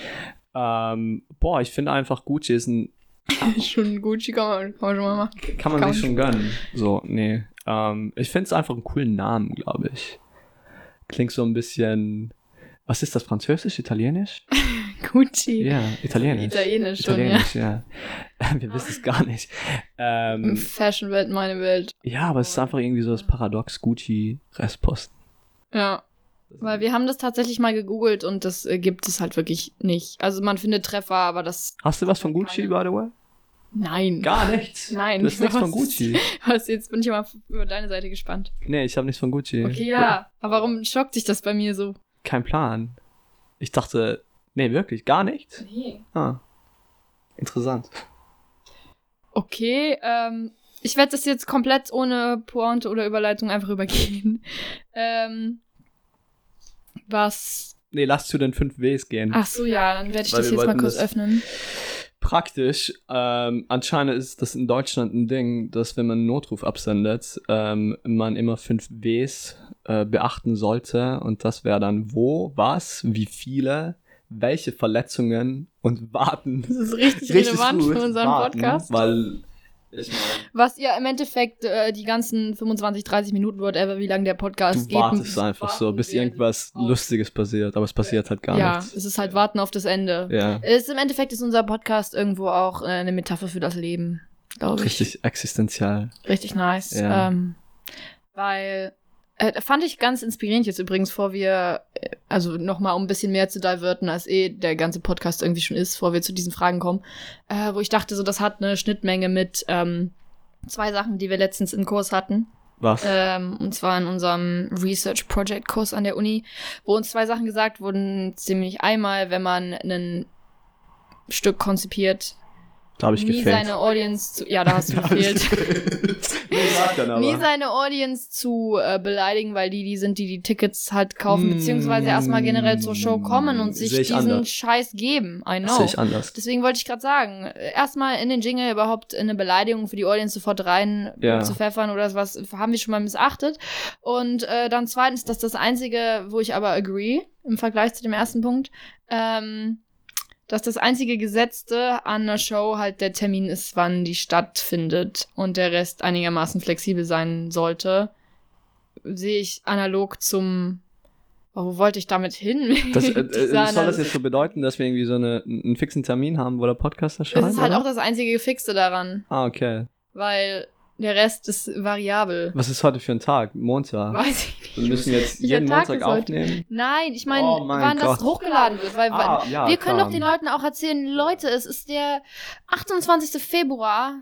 [SPEAKER 1] Ähm, boah, ich finde einfach Gucci ist ein,
[SPEAKER 2] schon Gucci, kann man, kann man schon mal machen.
[SPEAKER 1] kann man
[SPEAKER 2] Kann
[SPEAKER 1] sich schon gönnen. So, nee. Ähm, ich finde es einfach einen coolen Namen, glaube ich. Klingt so ein bisschen, was ist das, französisch, italienisch?
[SPEAKER 2] Gucci.
[SPEAKER 1] Ja, italienisch.
[SPEAKER 2] Italienisch schon,
[SPEAKER 1] Italienisch, ja. Wir wissen es gar nicht.
[SPEAKER 2] ja.
[SPEAKER 1] Ähm,
[SPEAKER 2] Fashion-Welt, meine Welt.
[SPEAKER 1] ja, aber es ist einfach irgendwie so das Paradox Gucci Restposten.
[SPEAKER 2] Ja. Weil wir haben das tatsächlich mal gegoogelt und das äh, gibt es halt wirklich nicht. Also man findet Treffer, aber das.
[SPEAKER 1] Hast du was von Gucci, by the way?
[SPEAKER 2] Nein.
[SPEAKER 1] Gar nichts.
[SPEAKER 2] Nein.
[SPEAKER 1] Du hast nichts von
[SPEAKER 2] Was?
[SPEAKER 1] Gucci.
[SPEAKER 2] Was, jetzt bin ich mal über deine Seite gespannt.
[SPEAKER 1] Nee, ich habe nichts von Gucci.
[SPEAKER 2] Okay, ja. Aber warum schockt dich das bei mir so?
[SPEAKER 1] Kein Plan. Ich dachte, nee, wirklich, gar nichts.
[SPEAKER 2] Nee.
[SPEAKER 1] Ah. Interessant.
[SPEAKER 2] Okay, ähm, ich werde das jetzt komplett ohne Pointe oder Überleitung einfach übergehen. Ähm, was.
[SPEAKER 1] Nee, lass zu den 5 Ws gehen.
[SPEAKER 2] Ach so, ja, dann werde ich
[SPEAKER 1] Weil
[SPEAKER 2] das
[SPEAKER 1] wir
[SPEAKER 2] jetzt mal
[SPEAKER 1] wollten
[SPEAKER 2] kurz
[SPEAKER 1] das-
[SPEAKER 2] öffnen.
[SPEAKER 1] praktisch. Ähm, anscheinend ist das in Deutschland ein Ding, dass wenn man einen Notruf absendet, ähm, man immer fünf Ws äh, beachten sollte. Und das wäre dann wo, was, wie viele, welche Verletzungen und warten.
[SPEAKER 2] Das ist richtig, relevant
[SPEAKER 1] gut,
[SPEAKER 2] für unseren
[SPEAKER 1] warten,
[SPEAKER 2] Podcast.
[SPEAKER 1] Weil ich meine,
[SPEAKER 2] Was ihr im Endeffekt äh, die ganzen 25, 30 Minuten, whatever, wie lange der
[SPEAKER 1] du
[SPEAKER 2] Podcast geht.
[SPEAKER 1] wartest einfach so, bis irgendwas Lustiges passiert. Aber es passiert halt gar
[SPEAKER 2] Ja,
[SPEAKER 1] nichts.
[SPEAKER 2] es ist halt Warten auf das Ende.
[SPEAKER 1] Ja.
[SPEAKER 2] Es Ist, Im Endeffekt ist unser Podcast irgendwo auch äh, eine Metapher für das Leben, glaube ich.
[SPEAKER 1] Richtig existenziell.
[SPEAKER 2] Richtig nice.
[SPEAKER 1] Ja.
[SPEAKER 2] Ähm, weil, äh, fand ich ganz inspirierend jetzt übrigens, vor wir, äh, also nochmal um ein bisschen mehr zu diverten, als eh der ganze Podcast irgendwie schon ist, vor wir zu diesen Fragen kommen, äh, wo ich dachte, so das hat eine Schnittmenge mit ähm, zwei Sachen, die wir letztens im Kurs hatten.
[SPEAKER 1] Was?
[SPEAKER 2] Ähm, und zwar in unserem Research Project Kurs an der Uni, wo uns zwei Sachen gesagt wurden, ziemlich einmal, wenn man ein Stück konzipiert,
[SPEAKER 1] da habe ich
[SPEAKER 2] nie
[SPEAKER 1] gefällt.
[SPEAKER 2] seine Audience zu. Ja, da hast du
[SPEAKER 1] Da hab ich
[SPEAKER 2] gefehlt.
[SPEAKER 1] gefehlt. Nee, sag dann aber.
[SPEAKER 2] nie seine Audience zu äh, beleidigen, weil die die sind, die die Tickets halt kaufen,
[SPEAKER 1] Mm.
[SPEAKER 2] beziehungsweise erstmal generell zur Show kommen und sich
[SPEAKER 1] Sehe ich
[SPEAKER 2] diesen
[SPEAKER 1] anders.
[SPEAKER 2] Scheiß geben. I
[SPEAKER 1] Das sehe
[SPEAKER 2] know.
[SPEAKER 1] ich anders.
[SPEAKER 2] Deswegen wollte ich gerade sagen, äh, erstmal in den Jingle überhaupt eine Beleidigung für die Audience sofort rein um
[SPEAKER 1] Ja.
[SPEAKER 2] zu pfeffern oder was haben wir schon mal missachtet. Und äh, dann zweitens, dass das Einzige, wo ich aber agree, im Vergleich zu dem ersten Punkt, ähm, dass das einzige Gesetzte an einer Show halt der Termin ist, wann die stattfindet und der Rest einigermaßen flexibel sein sollte, sehe ich analog zum. Oh, wo wollte ich damit hin?
[SPEAKER 1] Das, äh,
[SPEAKER 2] Dieser
[SPEAKER 1] äh, soll das
[SPEAKER 2] Analog-
[SPEAKER 1] jetzt so bedeuten, dass wir irgendwie so eine, einen fixen Termin haben, wo der Podcast erscheint?
[SPEAKER 2] es ist halt
[SPEAKER 1] oder?
[SPEAKER 2] auch das einzige Gefixte daran,
[SPEAKER 1] ah, okay.
[SPEAKER 2] weil der Rest ist variabel.
[SPEAKER 1] Was ist heute für ein Tag? Montag.
[SPEAKER 2] Weiß ich nicht.
[SPEAKER 1] Wir müssen jetzt
[SPEAKER 2] Welcher
[SPEAKER 1] jeden
[SPEAKER 2] Tag
[SPEAKER 1] Montag
[SPEAKER 2] ist heute?
[SPEAKER 1] aufnehmen.
[SPEAKER 2] Nein, ich meine,
[SPEAKER 1] Oh mein
[SPEAKER 2] wann das
[SPEAKER 1] Gott.
[SPEAKER 2] hochgeladen wird, weil wann-
[SPEAKER 1] Ah, ja,
[SPEAKER 2] wir können
[SPEAKER 1] klar.
[SPEAKER 2] doch den Leuten auch erzählen, Leute, es ist der 28. Februar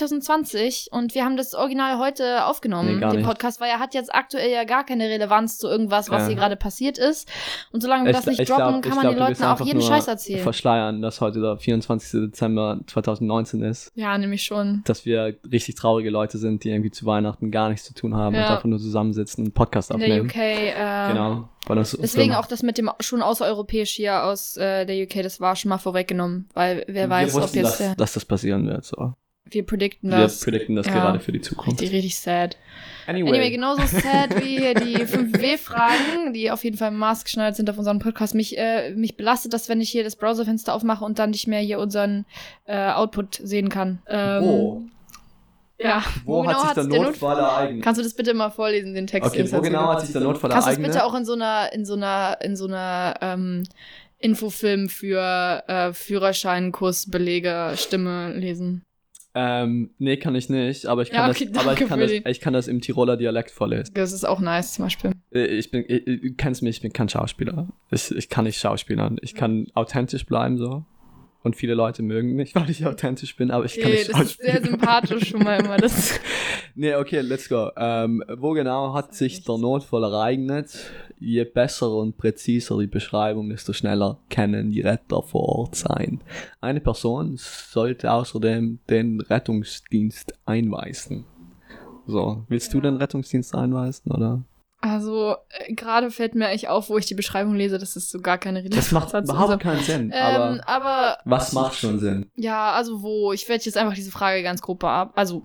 [SPEAKER 2] 2020 und wir haben das Original heute aufgenommen,
[SPEAKER 1] Nee, gar
[SPEAKER 2] den
[SPEAKER 1] nicht.
[SPEAKER 2] Podcast, weil er hat jetzt aktuell ja gar keine Relevanz zu irgendwas, was
[SPEAKER 1] Ja.
[SPEAKER 2] hier gerade passiert ist. Und solange wir
[SPEAKER 1] Ich-
[SPEAKER 2] das nicht
[SPEAKER 1] ich glaub-
[SPEAKER 2] droppen, kann
[SPEAKER 1] ich
[SPEAKER 2] man
[SPEAKER 1] glaub,
[SPEAKER 2] den
[SPEAKER 1] du
[SPEAKER 2] Leuten
[SPEAKER 1] willst
[SPEAKER 2] auch
[SPEAKER 1] einfach
[SPEAKER 2] jeden
[SPEAKER 1] nur
[SPEAKER 2] Scheiß erzählen.
[SPEAKER 1] Verschleiern, dass heute der 24. Dezember 2019 ist.
[SPEAKER 2] Ja, nämlich schon.
[SPEAKER 1] Dass wir richtig traurige Leute sind, die irgendwie zu Weihnachten gar nichts zu tun haben
[SPEAKER 2] Ja.
[SPEAKER 1] und einfach nur zusammensitzen und einen Podcast
[SPEAKER 2] In der
[SPEAKER 1] aufnehmen.
[SPEAKER 2] UK. Äh,
[SPEAKER 1] Genau. Weil das
[SPEAKER 2] Deswegen auch das mit dem schon außereuropäisch hier aus äh, der UK, das war schon mal vorweggenommen, weil wer
[SPEAKER 1] wir
[SPEAKER 2] weiß, ob
[SPEAKER 1] wussten,
[SPEAKER 2] jetzt
[SPEAKER 1] dass,
[SPEAKER 2] der,
[SPEAKER 1] dass das passieren wird. So.
[SPEAKER 2] wir predikten
[SPEAKER 1] Wir
[SPEAKER 2] das.
[SPEAKER 1] predikten das
[SPEAKER 2] Ja.
[SPEAKER 1] gerade für die Zukunft.
[SPEAKER 2] Richtig, richtig sad.
[SPEAKER 1] Anyway,
[SPEAKER 2] Anyway, genau, genauso sad wie hier die 5W-Fragen, die auf jeden Fall maßgeschneidert sind auf unseren Podcast. Mich, äh, mich belastet das, wenn ich hier das Browserfenster aufmache und dann nicht mehr hier unseren äh, Output sehen kann. Ähm,
[SPEAKER 1] wo,
[SPEAKER 2] Ja.
[SPEAKER 1] Oh, wo hat
[SPEAKER 2] genau
[SPEAKER 1] sich der Notfall ereignet?
[SPEAKER 2] Kannst du das bitte mal vorlesen, den Text? den
[SPEAKER 1] Okay,
[SPEAKER 2] es
[SPEAKER 1] wo
[SPEAKER 2] dazu
[SPEAKER 1] genau
[SPEAKER 2] gibt?
[SPEAKER 1] hat sich der Notfall
[SPEAKER 2] Kannst du das
[SPEAKER 1] ereignet?
[SPEAKER 2] bitte auch in so einer, in so einer, in so einer ähm, Infofilm für äh, Führerschein, Kurs, Belege, Stimme lesen?
[SPEAKER 1] ähm, nee, kann ich nicht, aber ich
[SPEAKER 2] Ja,
[SPEAKER 1] kann,
[SPEAKER 2] okay,
[SPEAKER 1] das, aber
[SPEAKER 2] danke
[SPEAKER 1] ich kann,
[SPEAKER 2] für
[SPEAKER 1] das,
[SPEAKER 2] die-
[SPEAKER 1] ich kann das im Tiroler Dialekt vorlesen.
[SPEAKER 2] Das ist auch nice zum Beispiel.
[SPEAKER 1] Äh, Ich bin, ich, ich- du kennst mich, ich bin kein Schauspieler. Ich, ich kann nicht schauspielern. Ich kann authentisch bleiben so. Und viele Leute mögen mich, weil ich authentisch bin, aber ich kann
[SPEAKER 2] Okay,
[SPEAKER 1] nicht
[SPEAKER 2] das ist
[SPEAKER 1] schauspielern.
[SPEAKER 2] sehr sympathisch schon mal immer. Das
[SPEAKER 1] Nee, okay, let's go. Ähm, wo genau hat sich der Notfall ereignet? Je besser und präziser die Beschreibung, desto schneller können die Retter vor Ort sein. Eine Person sollte außerdem den Rettungsdienst einweisen. So, willst du den Rettungsdienst einweisen, oder?
[SPEAKER 2] also äh, gerade fällt mir eigentlich auf, wo ich die Beschreibung lese, dass es so gar keine
[SPEAKER 1] Das
[SPEAKER 2] Relevanz
[SPEAKER 1] macht
[SPEAKER 2] hat zu
[SPEAKER 1] überhaupt
[SPEAKER 2] unserem-
[SPEAKER 1] keinen Sinn,
[SPEAKER 2] ähm,
[SPEAKER 1] aber
[SPEAKER 2] aber
[SPEAKER 1] was macht schon Sinn?
[SPEAKER 2] ja, also wo? Ich werde jetzt einfach diese Frage ganz grob ab. Also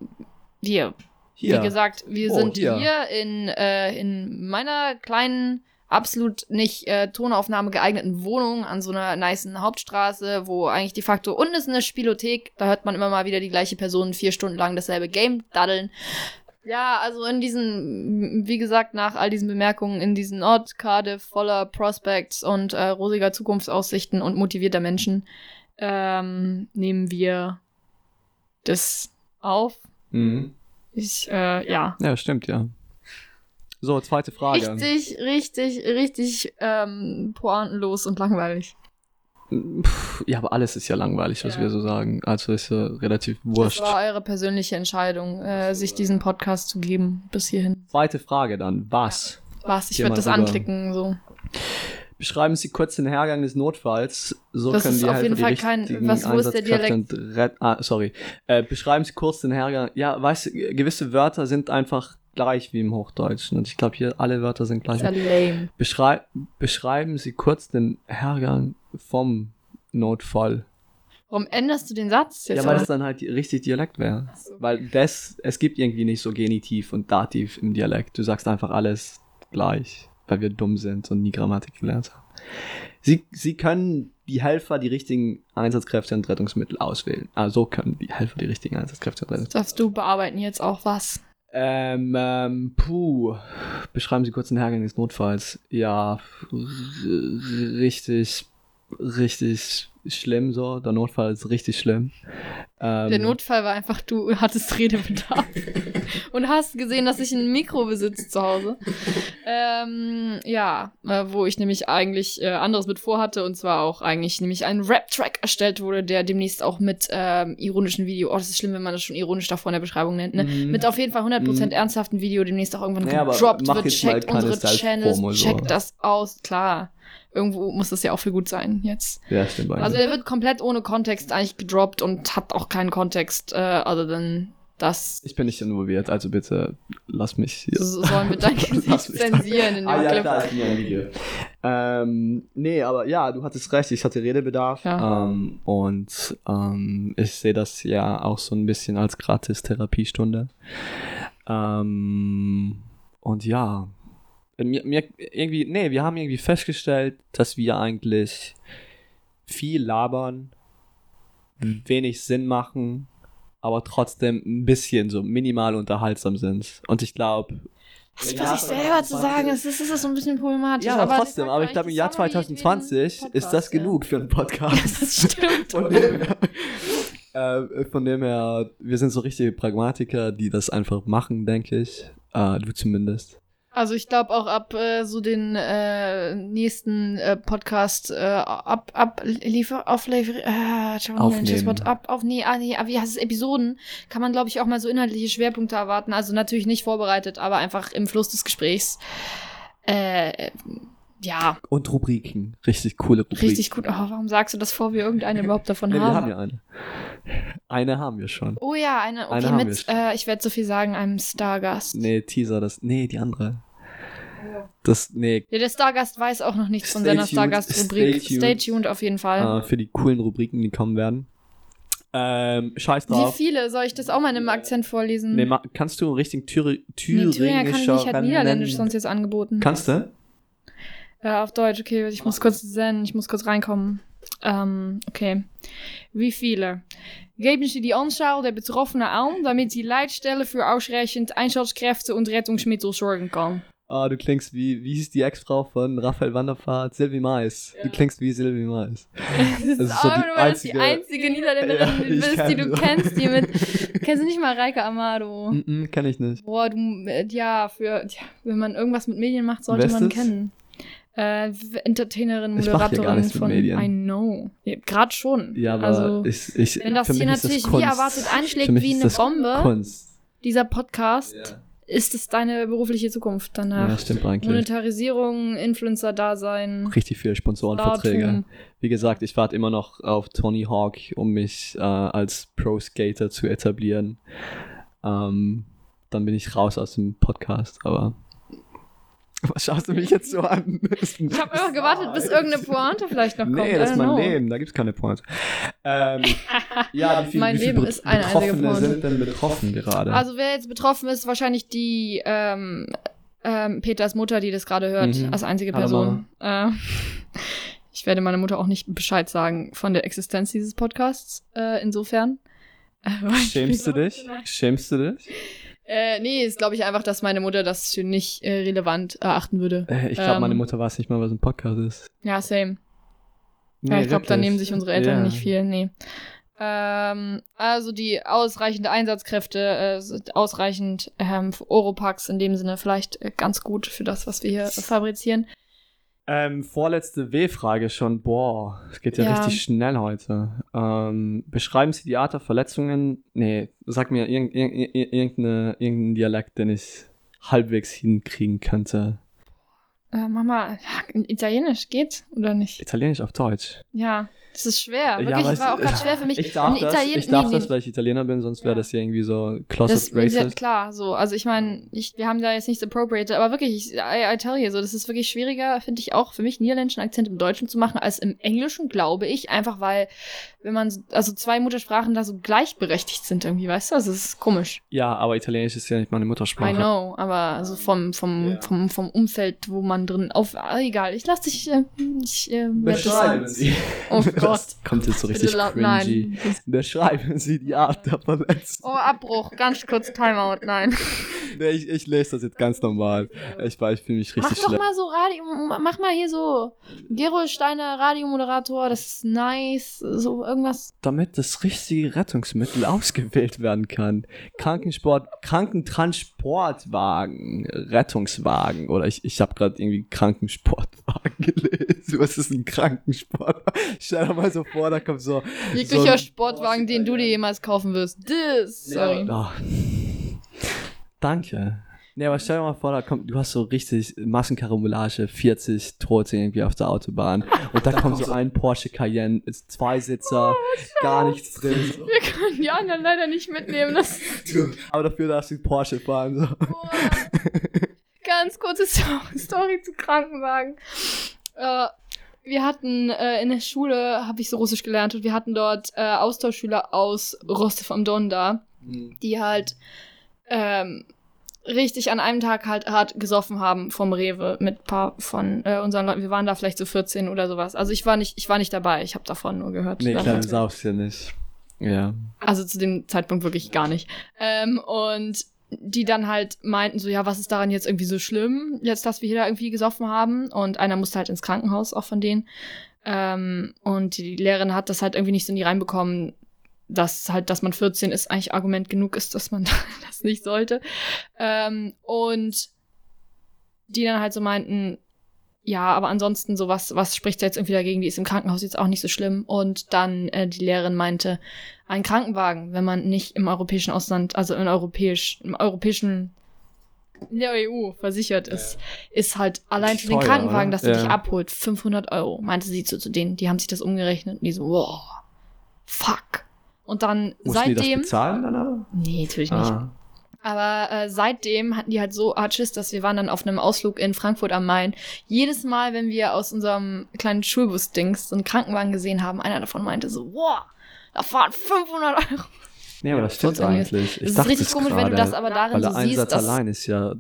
[SPEAKER 2] wir,
[SPEAKER 1] Hier,
[SPEAKER 2] Wie gesagt, wir
[SPEAKER 1] Oh,
[SPEAKER 2] sind hier,
[SPEAKER 1] hier.
[SPEAKER 2] in, äh, in meiner kleinen, absolut nicht äh, Tonaufnahme geeigneten Wohnung an so einer nicen Hauptstraße, wo eigentlich de facto unten ist eine Spielothek. Da hört man immer mal wieder die gleiche Person vier Stunden lang dasselbe Game daddeln. Ja, also in diesen, wie gesagt, nach all diesen Bemerkungen, in diesen Ort Cardiff voller Prospects und äh, rosiger Zukunftsaussichten und motivierter Menschen, ähm, nehmen wir das auf.
[SPEAKER 1] mhm.
[SPEAKER 2] Ich, äh, ja.
[SPEAKER 1] Ja, stimmt, ja. So, zweite Frage.
[SPEAKER 2] Richtig, richtig, richtig ähm, pointenlos und langweilig.
[SPEAKER 1] Pff, Ja, aber alles ist ja langweilig, was
[SPEAKER 2] Ja.
[SPEAKER 1] wir so sagen. Also ist ja relativ wurscht.
[SPEAKER 2] Das war eure persönliche Entscheidung, äh, sich diesen Podcast zu geben bis hierhin.
[SPEAKER 1] Zweite Frage dann. Was?
[SPEAKER 2] Was? Ich
[SPEAKER 1] Geh
[SPEAKER 2] werde
[SPEAKER 1] mal
[SPEAKER 2] das
[SPEAKER 1] rüber.
[SPEAKER 2] anklicken. So.
[SPEAKER 1] Beschreiben Sie kurz den Hergang des Notfalls. So
[SPEAKER 2] Das
[SPEAKER 1] können
[SPEAKER 2] ist
[SPEAKER 1] die
[SPEAKER 2] auf
[SPEAKER 1] Helfer
[SPEAKER 2] jeden
[SPEAKER 1] die
[SPEAKER 2] Fall kein-
[SPEAKER 1] richtigen
[SPEAKER 2] was- wo ist der
[SPEAKER 1] Einsatzkräfte und Rett- ah, sorry. Äh, beschreiben Sie kurz den Hergang. Ja, weißt du, gewisse Wörter sind einfach gleich wie im Hochdeutschen. Und ich glaube, hier alle Wörter sind gleich.
[SPEAKER 2] Ist ja lame.
[SPEAKER 1] Beschrei beschreiben Sie kurz den Hergang vom Notfall.
[SPEAKER 2] Warum änderst du den Satz
[SPEAKER 1] Ja,
[SPEAKER 2] jetzt?
[SPEAKER 1] weil
[SPEAKER 2] auch?
[SPEAKER 1] das dann halt richtig Dialekt wäre.
[SPEAKER 2] Ach so.
[SPEAKER 1] Weil das, es gibt irgendwie nicht so Genitiv und Dativ im Dialekt. Du sagst einfach alles gleich, weil wir dumm sind und nie Grammatik gelernt haben. Sie, sie können die Helfer die richtigen Einsatzkräfte und Rettungsmittel auswählen. Ah, so können die Helfer die richtigen Einsatzkräfte und Rettungsmittel.
[SPEAKER 2] Darfst du bearbeiten jetzt auch was?
[SPEAKER 1] Ähm, ähm, puh. Beschreiben Sie kurz den Hergang des Notfalls. Ja, r- r- richtig, richtig schlimm so. Der Notfall ist richtig schlimm. Ähm,
[SPEAKER 2] Der Notfall war einfach, du hattest Redebedarf. und hast gesehen, dass ich ein Mikro besitze zu Hause. Ähm, ja, äh, wo ich nämlich eigentlich äh, anderes mit vorhatte. Und zwar auch eigentlich nämlich ein Rap-Track erstellt wurde, der demnächst auch mit ähm, ironischem Video, oh, das ist schlimm, wenn man das schon ironisch davor in der Beschreibung nennt, ne?
[SPEAKER 1] Mhm.
[SPEAKER 2] Mit auf jeden Fall 100%
[SPEAKER 1] Mhm.
[SPEAKER 2] ernsthaften Video demnächst auch irgendwann
[SPEAKER 1] Naja, aber
[SPEAKER 2] gedroppt
[SPEAKER 1] mach
[SPEAKER 2] wird.
[SPEAKER 1] jetzt mal
[SPEAKER 2] Checkt
[SPEAKER 1] keine
[SPEAKER 2] unsere Channels,
[SPEAKER 1] Stealth-Promo, so.
[SPEAKER 2] checkt das aus. Klar, irgendwo muss das ja auch für gut sein jetzt.
[SPEAKER 1] Ja, stimmt. eigentlich.
[SPEAKER 2] Also er wird komplett ohne Kontext eigentlich gedroppt und hat auch keinen Kontext, äh, other than das.
[SPEAKER 1] Ich bin nicht involviert, also bitte lass mich hier.
[SPEAKER 2] So sollen wir dein Gesicht
[SPEAKER 1] Lass mich da-
[SPEAKER 2] zensieren in dem
[SPEAKER 1] Ah ja,
[SPEAKER 2] Clip.
[SPEAKER 1] klar, ich bin ja im Video. Ähm, nee, aber ja, du hattest recht, ich hatte Redebedarf.
[SPEAKER 2] Ja.
[SPEAKER 1] Ähm, und ähm, ich sehe das ja auch so ein bisschen als gratis Therapiestunde. Ähm, und ja, mir, mir irgendwie, nee, wir haben irgendwie festgestellt, dass wir eigentlich viel labern, wenig Sinn machen, aber trotzdem ein bisschen so minimal unterhaltsam sind. Und ich glaube,
[SPEAKER 2] Das
[SPEAKER 1] Ja,
[SPEAKER 2] versuche ich selber zu sagen, es ist, es ist so ein bisschen problematisch.
[SPEAKER 1] ja, aber
[SPEAKER 2] das
[SPEAKER 1] trotzdem,
[SPEAKER 2] sagt
[SPEAKER 1] aber ich glaube, im
[SPEAKER 2] eigentlich
[SPEAKER 1] Jahr
[SPEAKER 2] die Summary jeden
[SPEAKER 1] 2020 ist das
[SPEAKER 2] Podcast, ja.
[SPEAKER 1] genug für einen
[SPEAKER 2] Das
[SPEAKER 1] Podcast.
[SPEAKER 2] stimmt.
[SPEAKER 1] Von dem, her, äh, von dem her, wir sind so richtige Pragmatiker, die das einfach machen, denke ich. Äh, du zumindest.
[SPEAKER 2] Also ich glaube auch ab äh, so den äh, nächsten äh, Podcast äh, ab ab liefer auf äh, schon wieder ein schwieriges Wort.
[SPEAKER 1] Aufnehmen.
[SPEAKER 2] ab auf nee, ah, nee, ah, wie heißt es Episoden kann man glaube ich auch mal so inhaltliche Schwerpunkte erwarten. Also natürlich nicht vorbereitet, aber einfach im Fluss des Gesprächs. Äh, äh, ja,
[SPEAKER 1] Und Rubriken. Richtig coole Rubriken.
[SPEAKER 2] richtig gut. Oh, warum sagst du das vor, wir irgendeine überhaupt davon
[SPEAKER 1] Nee, wir
[SPEAKER 2] haben?
[SPEAKER 1] haben ja eine. Eine haben wir schon.
[SPEAKER 2] Oh ja, eine okay
[SPEAKER 1] Eine haben wir
[SPEAKER 2] mit
[SPEAKER 1] schon.
[SPEAKER 2] äh, ich werde so viel sagen einem Stargast.
[SPEAKER 1] Nee, Teaser, das. Nee, die andere. Das, nee,
[SPEAKER 2] Ja, der Stargast weiß auch noch nichts von
[SPEAKER 1] Stay
[SPEAKER 2] seiner
[SPEAKER 1] tuned,
[SPEAKER 2] Stargast-Rubrik.
[SPEAKER 1] stay tuned.
[SPEAKER 2] Stay tuned auf jeden Fall.
[SPEAKER 1] äh, für die coolen Rubriken, die kommen werden. Ähm, scheiß
[SPEAKER 2] Wie
[SPEAKER 1] drauf.
[SPEAKER 2] viele? Soll ich das auch mal in einem Akzent vorlesen?
[SPEAKER 1] Nee, ma- kannst du richtig Thüri
[SPEAKER 2] Nee,
[SPEAKER 1] Thüringischer
[SPEAKER 2] Thüringer kann ich nicht, hat
[SPEAKER 1] Rennen-
[SPEAKER 2] Niederländisch sonst jetzt angeboten.
[SPEAKER 1] Kannst du?
[SPEAKER 2] äh, auf Deutsch, okay, ich muss kurz senden, ich muss kurz reinkommen. Ähm, okay. Wie viele? Geben Sie die Anzahl der Betroffenen an, damit die Leitstelle für ausreichend Einsatzkräfte und Rettungsmittel sorgen kann.
[SPEAKER 1] Ah, du klingst wie, wie hieß die Ex-Frau von Raphael Wanderfahrt? Silvi Mais. Du klingst wie Silvi Mais.
[SPEAKER 2] Das ist,
[SPEAKER 1] ist so
[SPEAKER 2] aber
[SPEAKER 1] die
[SPEAKER 2] nur, weil das die
[SPEAKER 1] einzige-
[SPEAKER 2] einzige Niederländerin
[SPEAKER 1] Ja, ich
[SPEAKER 2] bist, die
[SPEAKER 1] kenn
[SPEAKER 2] du
[SPEAKER 1] so.
[SPEAKER 2] kennst, die mit. Kennst du nicht mal Reike Amado?
[SPEAKER 1] Mm -mm, kenn ich nicht.
[SPEAKER 2] Boah, du, äh, ja, für, ja, wenn man irgendwas mit Medien macht, sollte
[SPEAKER 1] Wer ist
[SPEAKER 2] man
[SPEAKER 1] das?
[SPEAKER 2] kennen. Äh, w-
[SPEAKER 1] Ich
[SPEAKER 2] Entertainerin,
[SPEAKER 1] mach hier gar
[SPEAKER 2] Moderatorin
[SPEAKER 1] nichts mit
[SPEAKER 2] von
[SPEAKER 1] Medien.
[SPEAKER 2] I know. Ja, Gerade schon.
[SPEAKER 1] Ja, aber
[SPEAKER 2] also,
[SPEAKER 1] ich, ich,
[SPEAKER 2] wenn das
[SPEAKER 1] für
[SPEAKER 2] hier
[SPEAKER 1] mich ist
[SPEAKER 2] natürlich
[SPEAKER 1] das
[SPEAKER 2] wie
[SPEAKER 1] Kunst.
[SPEAKER 2] erwartet
[SPEAKER 1] Für
[SPEAKER 2] einschlägt
[SPEAKER 1] mich
[SPEAKER 2] wie
[SPEAKER 1] ist
[SPEAKER 2] eine
[SPEAKER 1] das
[SPEAKER 2] Bombe,
[SPEAKER 1] Kunst.
[SPEAKER 2] dieser Podcast,
[SPEAKER 1] Ja.
[SPEAKER 2] ist es deine berufliche Zukunft danach.
[SPEAKER 1] ja, stimmt eigentlich.
[SPEAKER 2] Monetarisierung, Influencer-Dasein,
[SPEAKER 1] Richtig viele Sponsorenverträge.
[SPEAKER 2] Startum.
[SPEAKER 1] Wie gesagt, ich warte immer noch auf Tony Hawk, um mich äh, als Pro-Skater zu etablieren. Ähm, dann bin ich raus aus dem Podcast, aber. Was schaust du mich jetzt so an?
[SPEAKER 2] Ich habe immer gewartet, bis irgendeine Pointe vielleicht noch kommt.
[SPEAKER 1] Nee,
[SPEAKER 2] I
[SPEAKER 1] das
[SPEAKER 2] don't
[SPEAKER 1] ist mein
[SPEAKER 2] know.
[SPEAKER 1] Leben, da gibt's keine Pointe. Ähm, ja, wie viel,
[SPEAKER 2] Mein
[SPEAKER 1] wie viel
[SPEAKER 2] Leben
[SPEAKER 1] Be-
[SPEAKER 2] ist eine einzige
[SPEAKER 1] Betroffene
[SPEAKER 2] Pointe.
[SPEAKER 1] sind denn betroffen gerade?
[SPEAKER 2] Also wer jetzt betroffen ist, wahrscheinlich die ähm, ähm, Peters Mutter, die das gerade hört,
[SPEAKER 1] Mhm.
[SPEAKER 2] als einzige
[SPEAKER 1] Hallo,
[SPEAKER 2] Person. Ähm, ich werde meiner Mutter auch nicht Bescheid sagen von der Existenz dieses Podcasts. Äh, insofern. Äh, weil ich
[SPEAKER 1] Schämst du
[SPEAKER 2] glaube,
[SPEAKER 1] dich? Schämst du dich?
[SPEAKER 2] Äh, nee, ist glaube ich einfach, dass meine Mutter das für nicht äh, relevant erachten würde.
[SPEAKER 1] Äh, Ich glaube,
[SPEAKER 2] Ähm.
[SPEAKER 1] meine Mutter weiß nicht mal, was ein Podcast ist.
[SPEAKER 2] Ja, same. Ja, ich glaube, da
[SPEAKER 1] wirklich.
[SPEAKER 2] nehmen sich unsere Eltern
[SPEAKER 1] Ja.
[SPEAKER 2] nicht viel, nee. Ähm, also die ausreichende Einsatzkräfte, äh, sind ausreichend ähm, für Oropax in dem Sinne vielleicht äh, ganz gut für das, was wir hier fabrizieren.
[SPEAKER 1] Ähm, vorletzte W-Frage schon. Boah, es geht ja,
[SPEAKER 2] Ja.
[SPEAKER 1] richtig schnell heute. Ähm, beschreiben Sie die Art der Verletzungen? Nee, sag mir irgend, irgend, irgend- irgendeine, irgendeinen Dialekt, den ich halbwegs hinkriegen könnte.
[SPEAKER 2] Äh, Mama, Italienisch geht oder nicht?
[SPEAKER 1] Italienisch auf Deutsch.
[SPEAKER 2] Ja, Das ist schwer. Wirklich,
[SPEAKER 1] aber
[SPEAKER 2] es war auch
[SPEAKER 1] es-
[SPEAKER 2] ganz schwer für mich.
[SPEAKER 1] Ich darf,
[SPEAKER 2] Ein
[SPEAKER 1] das,
[SPEAKER 2] Italien-
[SPEAKER 1] ich darf
[SPEAKER 2] nee,
[SPEAKER 1] das,
[SPEAKER 2] nee.
[SPEAKER 1] weil ich Italiener bin, sonst wäre
[SPEAKER 2] Ja.
[SPEAKER 1] das hier irgendwie so
[SPEAKER 2] Das
[SPEAKER 1] Closet
[SPEAKER 2] ist ja
[SPEAKER 1] Racist.
[SPEAKER 2] klar, so. Also ich meine, ich, wir haben da jetzt nichts appropriated, aber wirklich, ich, I, I tell you, so, das ist wirklich schwieriger, finde ich auch, für mich niederländischen Akzent im Deutschen zu machen, als im Englischen, glaube ich, einfach weil, wenn man, also zwei Muttersprachen da so gleichberechtigt sind irgendwie, weißt du, das ist komisch.
[SPEAKER 1] Ja, aber Italienisch ist ja nicht meine
[SPEAKER 2] I
[SPEAKER 1] Muttersprache.
[SPEAKER 2] know, aber so vom, vom,
[SPEAKER 1] Ja.
[SPEAKER 2] vom, vom Umfeld, wo man drin auf, ah, egal, ich lass dich, äh, ich, äh, werd das-
[SPEAKER 1] Beschreiben Sie.
[SPEAKER 2] Oh Gott.
[SPEAKER 1] Das kommt jetzt so richtig
[SPEAKER 2] Bitte laut-
[SPEAKER 1] cringy.
[SPEAKER 2] nein.
[SPEAKER 1] Beschreiben Sie die Art der Verletzung.
[SPEAKER 2] Oh, Abbruch, ganz kurz Timeout, nein.
[SPEAKER 1] Nee, ich, ich lese das jetzt ganz normal. Ich, war- ich fühle mich
[SPEAKER 2] Mach
[SPEAKER 1] richtig
[SPEAKER 2] doch
[SPEAKER 1] schlecht.
[SPEAKER 2] mal so Radio, mach mal hier so Gero Steiner Radiomoderator, das ist nice, so irgendwas.
[SPEAKER 1] Damit das richtige Rettungsmittel ausgewählt werden kann. Krankensport, Krankentransportwagen, Rettungswagen. Oder ich, ich habe gerade irgendwie Krankensportwagen gelesen. Was ist ein Krankensport? Stell dir mal so vor, da kommt so.
[SPEAKER 2] Jeglicher
[SPEAKER 1] ein-
[SPEAKER 2] Sportwagen, den du dir jemals kaufen wirst. Das, sorry.
[SPEAKER 1] Oh. Danke. Nee, aber stell dir mal vor, da kommt, du hast so richtig Massenkarambolage, 40 Tote irgendwie auf der Autobahn. Und da kommt so Oh, ein Porsche Cayenne, ist Zweisitzer, gar nichts drin.
[SPEAKER 2] Wir können die anderen leider nicht mitnehmen. Das
[SPEAKER 1] Aber dafür darfst du Porsche fahren. So.
[SPEAKER 2] Boah. Ganz kurze Sto- Story zu Krankenwagen. Äh, wir hatten äh, in der Schule, habe ich so Russisch gelernt, und wir hatten dort äh, Austauschschüler aus Rostov am Don da, die halt ähm, richtig an einem Tag halt hart gesoffen haben vom Rewe mit ein paar von äh, unseren Leuten. Wir waren da vielleicht so 14 oder sowas. Also ich war nicht, ich war nicht dabei, ich habe davon nur gehört.
[SPEAKER 1] Nee, klar,
[SPEAKER 2] Damals.
[SPEAKER 1] du saufst ja nicht. Ja.
[SPEAKER 2] Also zu dem Zeitpunkt wirklich gar nicht. Ähm, und die dann halt meinten so, ja, was ist daran jetzt irgendwie so schlimm, jetzt, dass wir hier da irgendwie gesoffen haben. Und einer musste halt ins Krankenhaus, auch von denen. Ähm, und die Lehrerin hat das halt irgendwie nicht so in die reinbekommen, dass halt, dass man 14 ist, eigentlich Argument genug ist, dass man das nicht sollte. Ähm, und die dann halt so meinten, ja, aber ansonsten so was, was spricht da jetzt irgendwie dagegen, die ist im Krankenhaus jetzt auch nicht so schlimm. Und dann äh, die Lehrerin meinte, ein Krankenwagen, wenn man nicht im europäischen Ausland, also in europäisch, im europäischen in der EU versichert ist, ist halt allein für den
[SPEAKER 1] Teuer,
[SPEAKER 2] Krankenwagen,
[SPEAKER 1] oder?
[SPEAKER 2] dass er
[SPEAKER 1] Ja.
[SPEAKER 2] dich abholt, 500 Euro, meinte sie zu, zu denen. Die haben sich das umgerechnet und die so, wow, fuck. Und dann
[SPEAKER 1] Mussten die das
[SPEAKER 2] seitdem.
[SPEAKER 1] bezahlen dann aber?
[SPEAKER 2] Nee, natürlich nicht.
[SPEAKER 1] Ah.
[SPEAKER 2] Aber äh, seitdem hatten die halt so Arches, dass wir waren dann auf einem Ausflug in Frankfurt am Main. Jedes Mal, wenn wir aus unserem kleinen Schulbus-Dings so einen Krankenwagen gesehen haben, einer davon meinte so, wow, da fahren 500 Euro.
[SPEAKER 1] Nee, aber das stimmt
[SPEAKER 2] trotzdem nicht.
[SPEAKER 1] eigentlich. Ich
[SPEAKER 2] das ist
[SPEAKER 1] dachte
[SPEAKER 2] richtig
[SPEAKER 1] es
[SPEAKER 2] komisch, wenn du
[SPEAKER 1] gerade.
[SPEAKER 2] das aber darin
[SPEAKER 1] Weil
[SPEAKER 2] so
[SPEAKER 1] der
[SPEAKER 2] siehst,
[SPEAKER 1] Einsatz
[SPEAKER 2] dass...
[SPEAKER 1] allein ist ja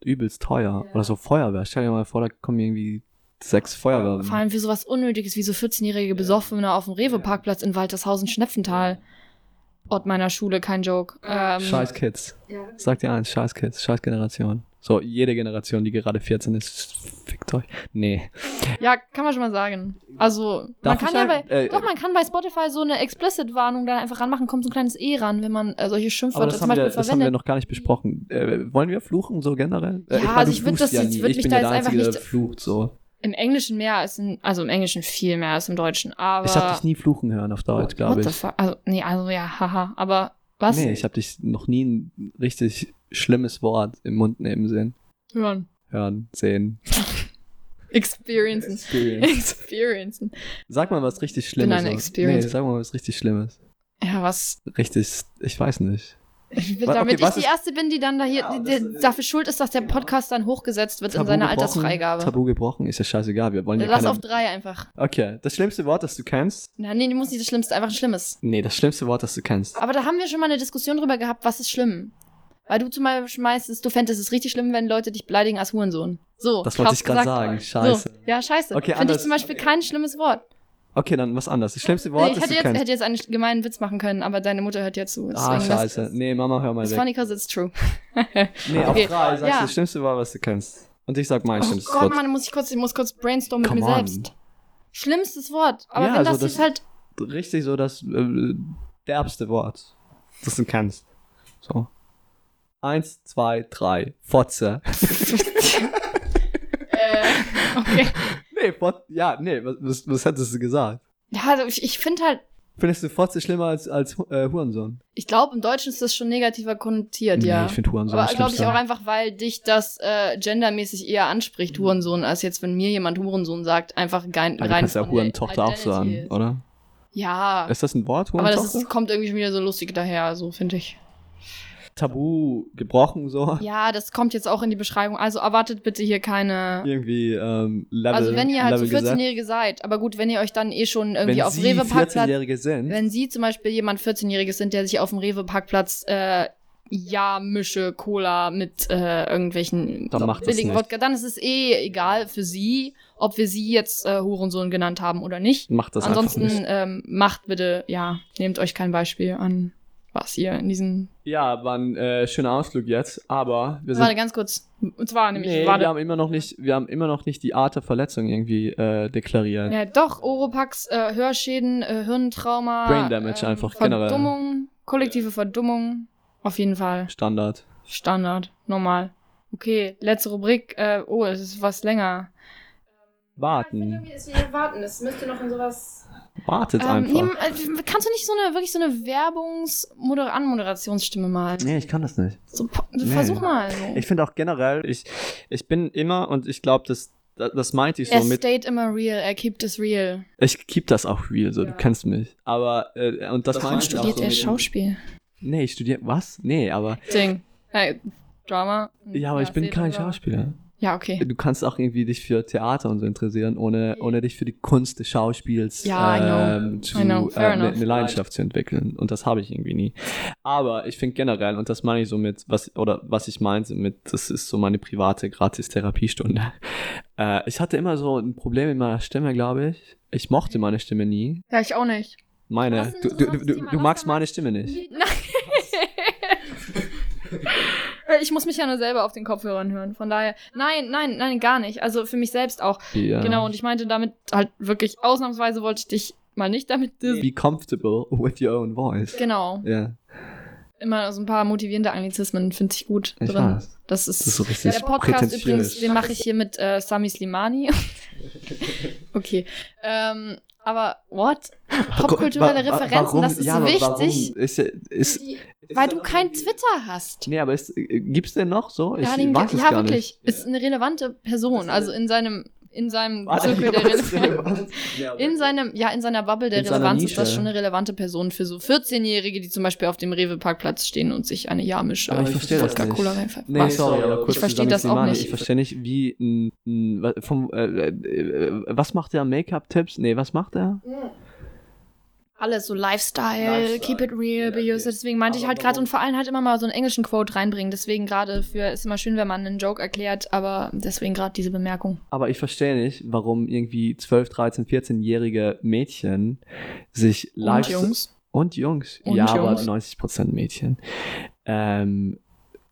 [SPEAKER 1] übelst teuer. Oder so Feuerwehr. Stell dir mal vor, da kommen irgendwie sechs Feuerwehrwagen.
[SPEAKER 2] Vor allem für sowas Unnötiges wie so 14-jährige Besoffene auf dem Rewe-Parkplatz in Waltershausen-Schnepfental. Ort meiner Schule, kein Joke. Ähm,
[SPEAKER 1] Scheiß Kids. Sag dir eins, scheiß Kids, scheiß Generation. So, jede Generation, die gerade 14 ist, fickt euch. Nee.
[SPEAKER 2] Ja, kann man schon mal sagen. Also,
[SPEAKER 1] Darf
[SPEAKER 2] man
[SPEAKER 1] ich
[SPEAKER 2] kann ja
[SPEAKER 1] sagen?
[SPEAKER 2] bei,
[SPEAKER 1] Äh,
[SPEAKER 2] doch, man kann bei Spotify so eine Explicit-Warnung dann einfach ranmachen, kommt so ein kleines E ran, wenn man äh, solche
[SPEAKER 1] Aber
[SPEAKER 2] Schimpfwörter
[SPEAKER 1] das
[SPEAKER 2] zum
[SPEAKER 1] haben,
[SPEAKER 2] Beispiel
[SPEAKER 1] wir, das haben wir
[SPEAKER 2] verwendet.
[SPEAKER 1] noch gar nicht besprochen. Äh, wollen wir fluchen so generell? Äh,
[SPEAKER 2] Ja,
[SPEAKER 1] meine,
[SPEAKER 2] also
[SPEAKER 1] du
[SPEAKER 2] ich würd
[SPEAKER 1] fluchst
[SPEAKER 2] das
[SPEAKER 1] ja
[SPEAKER 2] jetzt-
[SPEAKER 1] nie.
[SPEAKER 2] würd
[SPEAKER 1] Ich
[SPEAKER 2] mich
[SPEAKER 1] bin
[SPEAKER 2] da
[SPEAKER 1] ja der
[SPEAKER 2] jetzt einfach
[SPEAKER 1] Einzige, der
[SPEAKER 2] nicht-
[SPEAKER 1] flucht so.
[SPEAKER 2] Im Englischen mehr als in, also im Englischen viel mehr als im Deutschen, aber.
[SPEAKER 1] ich habe dich nie fluchen hören auf Deutsch, glaube
[SPEAKER 2] What
[SPEAKER 1] ich.
[SPEAKER 2] the fuck? Also, nee, also ja, haha. Aber was?
[SPEAKER 1] Nee, ich habe dich noch nie ein richtig schlimmes Wort im Mund nehmen sehen.
[SPEAKER 2] Hören.
[SPEAKER 1] Hören, sehen.
[SPEAKER 2] Experiencen. Experiencen.
[SPEAKER 1] Sag mal was richtig Schlimmes.
[SPEAKER 2] eine
[SPEAKER 1] so.
[SPEAKER 2] Experience.
[SPEAKER 1] Nee, sag mal was richtig Schlimmes.
[SPEAKER 2] Ja, was?
[SPEAKER 1] Richtig, ich weiß nicht.
[SPEAKER 2] Ich will,
[SPEAKER 1] Was-
[SPEAKER 2] damit
[SPEAKER 1] okay, was
[SPEAKER 2] ich die
[SPEAKER 1] ist-
[SPEAKER 2] Erste bin, die dann da hier, die, die, dafür schuld ist, dass der Podcast dann hochgesetzt wird in seiner
[SPEAKER 1] gebrochen,
[SPEAKER 2] Altersfreigabe.
[SPEAKER 1] Tabu gebrochen, ist ja scheißegal. Wir wollen ja
[SPEAKER 2] Lass
[SPEAKER 1] keine...
[SPEAKER 2] auf drei einfach.
[SPEAKER 1] Okay, das schlimmste Wort, das du kennst?
[SPEAKER 2] Na, nee, die muss nicht das Schlimmste, einfach ein Schlimmes.
[SPEAKER 1] Nee, das schlimmste Wort, das du kennst.
[SPEAKER 2] Aber da haben wir schon mal eine Diskussion drüber gehabt, was ist schlimm. Weil du zum Beispiel meinst, du fändest es richtig schlimm, wenn Leute dich beleidigen als Hurensohn. So.
[SPEAKER 1] Das wollte
[SPEAKER 2] hab's
[SPEAKER 1] ich gerade
[SPEAKER 2] gesagt.
[SPEAKER 1] sagen. Scheiße.
[SPEAKER 2] So. Ja, scheiße.
[SPEAKER 1] Okay,
[SPEAKER 2] Finde ich
[SPEAKER 1] anders.
[SPEAKER 2] zum Beispiel kein schlimmes Wort.
[SPEAKER 1] Okay, dann was anderes. Das schlimmste
[SPEAKER 2] Nee,
[SPEAKER 1] Wort,
[SPEAKER 2] ich
[SPEAKER 1] das
[SPEAKER 2] hätte
[SPEAKER 1] du
[SPEAKER 2] jetzt,
[SPEAKER 1] kennst.
[SPEAKER 2] hätte jetzt einen gemeinen Witz machen können, aber deine Mutter hört ja
[SPEAKER 1] Ah,
[SPEAKER 2] zu. Deswegen lass-
[SPEAKER 1] scheiße. Nee, Mama, hör mal
[SPEAKER 2] It's
[SPEAKER 1] weg.
[SPEAKER 2] funny because it's true.
[SPEAKER 1] Nee, auf
[SPEAKER 2] Okay.
[SPEAKER 1] drei sagst
[SPEAKER 2] Ja.
[SPEAKER 1] du das schlimmste Wort, was du kennst. Und ich sag mein
[SPEAKER 2] Oh
[SPEAKER 1] schlimmstes
[SPEAKER 2] Gott,
[SPEAKER 1] Wort.
[SPEAKER 2] Mann, muss ich kurz, ich muss kurz brainstormen mit
[SPEAKER 1] Come
[SPEAKER 2] mir
[SPEAKER 1] on.
[SPEAKER 2] selbst. Schlimmstes Wort. Aber
[SPEAKER 1] Ja,
[SPEAKER 2] wenn
[SPEAKER 1] also
[SPEAKER 2] das,
[SPEAKER 1] das-
[SPEAKER 2] jetzt halt.
[SPEAKER 1] Richtig so das äh, derbste Wort, das du kennst. So. Eins, zwei, drei. Fotze.
[SPEAKER 2] äh, okay.
[SPEAKER 1] Nee, Fotze. Ja, nee, was, was, was hättest du gesagt?
[SPEAKER 2] Ja, also ich, ich finde halt,
[SPEAKER 1] Findest du Fotze schlimmer als, als äh, Hurensohn?
[SPEAKER 2] ich glaube, im Deutschen ist das schon negativer konnotiert, ja.
[SPEAKER 1] Nee, ich finde Hurensohn
[SPEAKER 2] Aber
[SPEAKER 1] das
[SPEAKER 2] glaube ich
[SPEAKER 1] Schlimmste.
[SPEAKER 2] auch einfach, weil dich das äh, gendermäßig eher anspricht, Hurensohn, als jetzt, wenn mir jemand Hurensohn sagt, einfach gein,
[SPEAKER 1] Aber du
[SPEAKER 2] rein.
[SPEAKER 1] kannst Mhm. ja
[SPEAKER 2] von der
[SPEAKER 1] Hurentochter auch sagen,
[SPEAKER 2] Identity.
[SPEAKER 1] oder?
[SPEAKER 2] Ja,
[SPEAKER 1] Ist das ein Wort?
[SPEAKER 2] aber das
[SPEAKER 1] Hurensohn?
[SPEAKER 2] ist, kommt irgendwie schon wieder so lustig daher, so finde ich.
[SPEAKER 1] Tabu gebrochen, so.
[SPEAKER 2] Ja, das kommt jetzt auch in die Beschreibung. Also erwartet bitte hier keine.
[SPEAKER 1] Irgendwie ähm, Level.
[SPEAKER 2] also wenn ihr halt so
[SPEAKER 1] Level gesagt.
[SPEAKER 2] 14-Jährige seid, aber gut, wenn ihr euch dann eh schon irgendwie
[SPEAKER 1] wenn
[SPEAKER 2] auf
[SPEAKER 1] Sie
[SPEAKER 2] Rewe-Parkplatz
[SPEAKER 1] 14-Jährige sind.
[SPEAKER 2] Wenn Sie zum Beispiel jemand 14-Jähriges sind, der sich auf dem Rewe-Parkplatz äh, ja mische Cola mit äh, irgendwelchen
[SPEAKER 1] Dann macht das
[SPEAKER 2] billigen
[SPEAKER 1] nicht.
[SPEAKER 2] Wodka, dann ist es eh egal für Sie, ob wir Sie jetzt äh, Hurensohn genannt haben oder nicht.
[SPEAKER 1] macht das einfach nicht.
[SPEAKER 2] Ansonsten ähm, macht bitte, ja, nehmt euch kein Beispiel an, was ihr in diesen.
[SPEAKER 1] Ja, war ein äh, schöner Ausflug jetzt, aber wir sind
[SPEAKER 2] Warte ganz kurz. Und zwar nämlich.
[SPEAKER 1] Nee, wir
[SPEAKER 2] warte.
[SPEAKER 1] haben immer noch nicht, wir haben immer noch nicht die Art der Verletzung irgendwie äh, deklariert.
[SPEAKER 2] Ja, doch, Oropax, äh, Hörschäden, äh, Hirntrauma. ähm,
[SPEAKER 1] Brain Damage einfach generell.
[SPEAKER 2] Verdummung, kollektive Verdummung. Auf jeden Fall.
[SPEAKER 1] Standard.
[SPEAKER 2] Standard, normal. Okay, letzte Rubrik. Äh, oh, es ist was länger.
[SPEAKER 1] Warten.
[SPEAKER 2] Es wir warten. Es müsste noch in sowas.
[SPEAKER 1] Wartet
[SPEAKER 2] Ähm,
[SPEAKER 1] einfach.
[SPEAKER 2] nehmen, äh, kannst du nicht so eine wirklich so eine Werbungs-Anmoderationsstimme malen?
[SPEAKER 1] Nee, ich kann das nicht.
[SPEAKER 2] So, po-
[SPEAKER 1] Nee.
[SPEAKER 2] Versuch mal. So.
[SPEAKER 1] Ich finde auch generell, ich, ich bin immer und ich glaube, das, das, das meinte ich so
[SPEAKER 2] er
[SPEAKER 1] mit.
[SPEAKER 2] stayed immer real, er keeps es real.
[SPEAKER 1] Ich keep das auch real, so,
[SPEAKER 2] Ja.
[SPEAKER 1] du kennst mich. Aber, äh, und das,
[SPEAKER 4] Das
[SPEAKER 1] meinte ich auch
[SPEAKER 2] Studiert
[SPEAKER 1] so
[SPEAKER 2] er
[SPEAKER 1] mit dem-
[SPEAKER 2] Schauspiel?
[SPEAKER 1] Nee, ich studiere, was? Nee, aber,
[SPEAKER 2] Ding. Äh, Drama.
[SPEAKER 1] ja, aber ich bin
[SPEAKER 2] seht
[SPEAKER 1] kein
[SPEAKER 2] ihr.
[SPEAKER 1] Schauspieler.
[SPEAKER 2] Ja, okay.
[SPEAKER 1] Du kannst auch irgendwie dich für Theater und so interessieren, ohne, ohne dich für die Kunst des Schauspiels
[SPEAKER 2] Ja, I know.
[SPEAKER 1] ähm, zu,
[SPEAKER 2] I know. Fair
[SPEAKER 1] äh, ne-
[SPEAKER 2] enough.
[SPEAKER 1] eine Leidenschaft zu entwickeln. Und das habe ich irgendwie nie. Aber ich finde generell, und das meine ich so mit, was, oder was ich meinte mit, das ist so meine private Gratis-Therapiestunde. Äh, ich hatte immer so ein Problem mit meiner Stimme, glaube ich. Ich mochte meine Stimme nie.
[SPEAKER 2] Ja, ich auch nicht. Das
[SPEAKER 1] Meine,
[SPEAKER 2] ist ein
[SPEAKER 1] du, du, du,
[SPEAKER 2] interessantes
[SPEAKER 1] du,
[SPEAKER 2] Thema.
[SPEAKER 1] du
[SPEAKER 2] Was
[SPEAKER 1] magst
[SPEAKER 2] kann man-
[SPEAKER 1] meine Stimme nicht.
[SPEAKER 2] Nein. ich muss mich ja nur selber auf den Kopfhörern hören. Von daher, nein, nein, nein, gar nicht. Also für mich selbst auch.
[SPEAKER 1] Ja.
[SPEAKER 2] Genau, und ich meinte damit halt wirklich, ausnahmsweise wollte ich dich mal nicht damit. dis-
[SPEAKER 1] Be comfortable with your own voice.
[SPEAKER 2] Genau.
[SPEAKER 1] Ja,
[SPEAKER 2] Immer so ein paar motivierende Anglizismen finde ich gut
[SPEAKER 1] ich
[SPEAKER 2] drin.
[SPEAKER 1] weiß.
[SPEAKER 2] Das
[SPEAKER 1] Das ist
[SPEAKER 2] ist.
[SPEAKER 1] so richtig
[SPEAKER 2] Der Podcast
[SPEAKER 1] prätentiös.
[SPEAKER 2] übrigens, den mache ich hier mit äh, Sami Slimani. okay. Ähm, aber what? Popkulturelle
[SPEAKER 1] Wa- wa-
[SPEAKER 2] Referenzen,
[SPEAKER 1] warum-
[SPEAKER 2] das ist
[SPEAKER 1] ja, aber
[SPEAKER 2] wichtig.
[SPEAKER 1] Warum? Ist, ja- ist,
[SPEAKER 2] Weil du kein Twitter hast.
[SPEAKER 1] Nee, aber ist, äh, gibt's denn noch so? Ich
[SPEAKER 2] Ja, den,
[SPEAKER 1] weiß es
[SPEAKER 2] ja
[SPEAKER 1] gar
[SPEAKER 2] wirklich.
[SPEAKER 1] nicht.
[SPEAKER 2] Ist eine relevante Person. Also in seinem, in seinem
[SPEAKER 1] Warte,
[SPEAKER 2] Zirkel der
[SPEAKER 1] was ist
[SPEAKER 2] Relevanz.
[SPEAKER 1] relevant? Ja,
[SPEAKER 2] In seinem, ja, in seiner Bubble der
[SPEAKER 1] In seiner
[SPEAKER 2] Relevanz ist das
[SPEAKER 1] Nische.
[SPEAKER 2] schon eine relevante Person für so 14-Jährige, die zum Beispiel auf dem Rewe-Parkplatz stehen und sich eine Jamische
[SPEAKER 1] Aber ich verstehe das nicht.
[SPEAKER 2] Cola reinpfeifen.
[SPEAKER 1] Nee,
[SPEAKER 2] Was?
[SPEAKER 1] sorry, aber kurz
[SPEAKER 2] Ich verstehe
[SPEAKER 1] zusammen,
[SPEAKER 2] das auch
[SPEAKER 1] Simane,
[SPEAKER 2] nicht.
[SPEAKER 1] Ich verstehe nicht, wie ein, ein wa- vom, äh, äh, äh, was macht der? Make-up-Tipps? Nee, was macht er?
[SPEAKER 2] Alles so Lifestyle,
[SPEAKER 4] Lifestyle.
[SPEAKER 2] keep it real,
[SPEAKER 4] Ja,
[SPEAKER 2] be used.
[SPEAKER 4] ja.
[SPEAKER 2] Deswegen meinte ich
[SPEAKER 4] Aber
[SPEAKER 2] halt gerade
[SPEAKER 4] warum?
[SPEAKER 2] und vor allem halt immer mal so einen englischen Quote reinbringen. Deswegen gerade für, ist immer schön, wenn man einen Joke erklärt, aber deswegen gerade diese Bemerkung.
[SPEAKER 1] Aber ich verstehe nicht, warum irgendwie 12, 13, 14-jährige Mädchen sich
[SPEAKER 2] Und
[SPEAKER 1] live
[SPEAKER 2] Jungs.
[SPEAKER 1] Und Jungs.
[SPEAKER 2] Und
[SPEAKER 1] ja, aber
[SPEAKER 2] Jungs.
[SPEAKER 1] 90% Mädchen. Ähm,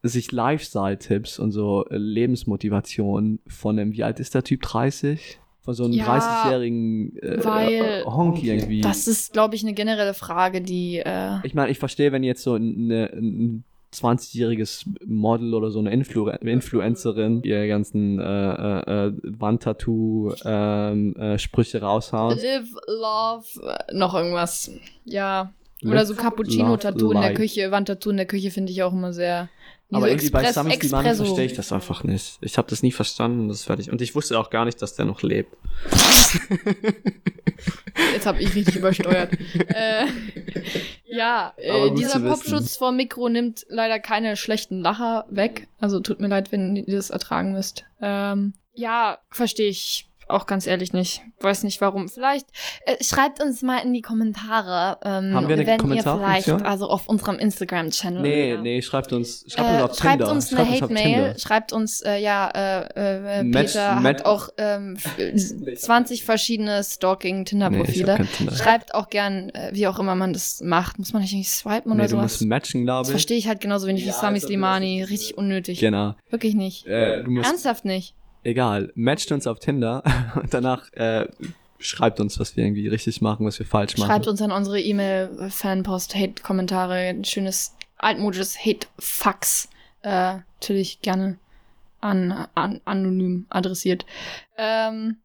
[SPEAKER 1] sich Lifestyle-Tipps und so äh, Lebensmotivation von einem, wie alt ist der Typ? 30? Von so einem
[SPEAKER 2] Ja,
[SPEAKER 1] 30-jährigen äh,
[SPEAKER 2] weil-
[SPEAKER 1] äh, Honk irgendwie.
[SPEAKER 2] Das ist, glaube ich, eine generelle Frage, die. Äh,
[SPEAKER 1] ich meine, ich verstehe, wenn jetzt so eine, ein 20-jähriges Model oder so eine Influ Influencerin ihr ganzen äh, äh, äh, Wandtattoo-Sprüche raushaut.
[SPEAKER 2] Live, Love, äh, noch irgendwas. Ja.
[SPEAKER 1] Live,
[SPEAKER 2] Oder so Cappuccino-Tattoo in der
[SPEAKER 1] Life.
[SPEAKER 2] Küche. Wandtattoo in der Küche finde ich auch immer sehr. Nee,
[SPEAKER 1] Aber
[SPEAKER 2] so
[SPEAKER 1] irgendwie bei
[SPEAKER 2] Express-
[SPEAKER 1] Sami Slimani
[SPEAKER 2] Expresso.
[SPEAKER 1] verstehe ich das einfach nicht. Ich habe das nie verstanden, das werde ich. Und ich wusste auch gar nicht, dass der noch lebt.
[SPEAKER 2] Jetzt habe ich richtig übersteuert. äh, ja,
[SPEAKER 1] Aber
[SPEAKER 2] äh,
[SPEAKER 1] gut
[SPEAKER 2] dieser
[SPEAKER 1] zu wissen.
[SPEAKER 2] Popschutz vor Mikro nimmt leider keine schlechten Lacher weg. Also tut mir leid, wenn ihr das ertragen müsst. Ähm, ja, verstehe ich auch ganz ehrlich nicht. Weiß nicht warum. Vielleicht äh, schreibt uns mal in die Kommentare, ähm,
[SPEAKER 1] Haben wir eine
[SPEAKER 2] wenn ihr vielleicht
[SPEAKER 1] Kommentarfunktion?
[SPEAKER 2] also auf unserem Instagram-Channel.
[SPEAKER 1] Nee, nee, schreibt uns, schreibt uns
[SPEAKER 2] Äh,
[SPEAKER 1] auf
[SPEAKER 2] schreibt
[SPEAKER 1] Tinder.
[SPEAKER 2] uns eine
[SPEAKER 1] schreibt uns auf
[SPEAKER 2] Hate-Mail,
[SPEAKER 1] Tinder.
[SPEAKER 2] schreibt uns, äh, ja, äh, äh,
[SPEAKER 1] Match-
[SPEAKER 2] Peter
[SPEAKER 1] Match-
[SPEAKER 2] hat auch ähm, f- 20 verschiedene
[SPEAKER 1] ich
[SPEAKER 2] Stalking-Tinder-Profile.
[SPEAKER 1] hab kein Tinder.
[SPEAKER 2] Schreibt auch gern, äh, wie auch immer man das macht. Muss man nicht irgendwie swipen oder
[SPEAKER 1] Nee, du musst
[SPEAKER 2] sowas?
[SPEAKER 1] matchen,
[SPEAKER 2] Das
[SPEAKER 1] glaube ich.
[SPEAKER 2] verstehe ich halt genauso wenig wie
[SPEAKER 4] Ja,
[SPEAKER 2] Sami
[SPEAKER 4] also das
[SPEAKER 2] Slimani.
[SPEAKER 4] ist-
[SPEAKER 2] Richtig unnötig.
[SPEAKER 1] Genau.
[SPEAKER 2] Wirklich nicht.
[SPEAKER 1] Äh, du musst,
[SPEAKER 2] Ernsthaft nicht.
[SPEAKER 1] egal, matcht uns auf Tinder und danach äh, schreibt uns, was wir irgendwie richtig machen, was wir falsch machen.
[SPEAKER 2] Schreibt uns an unsere E-Mail, äh, Fanpost, Hate-Kommentare, ein schönes altmodisches Hate-Fax. Äh, natürlich gerne an, an anonym adressiert. Ähm,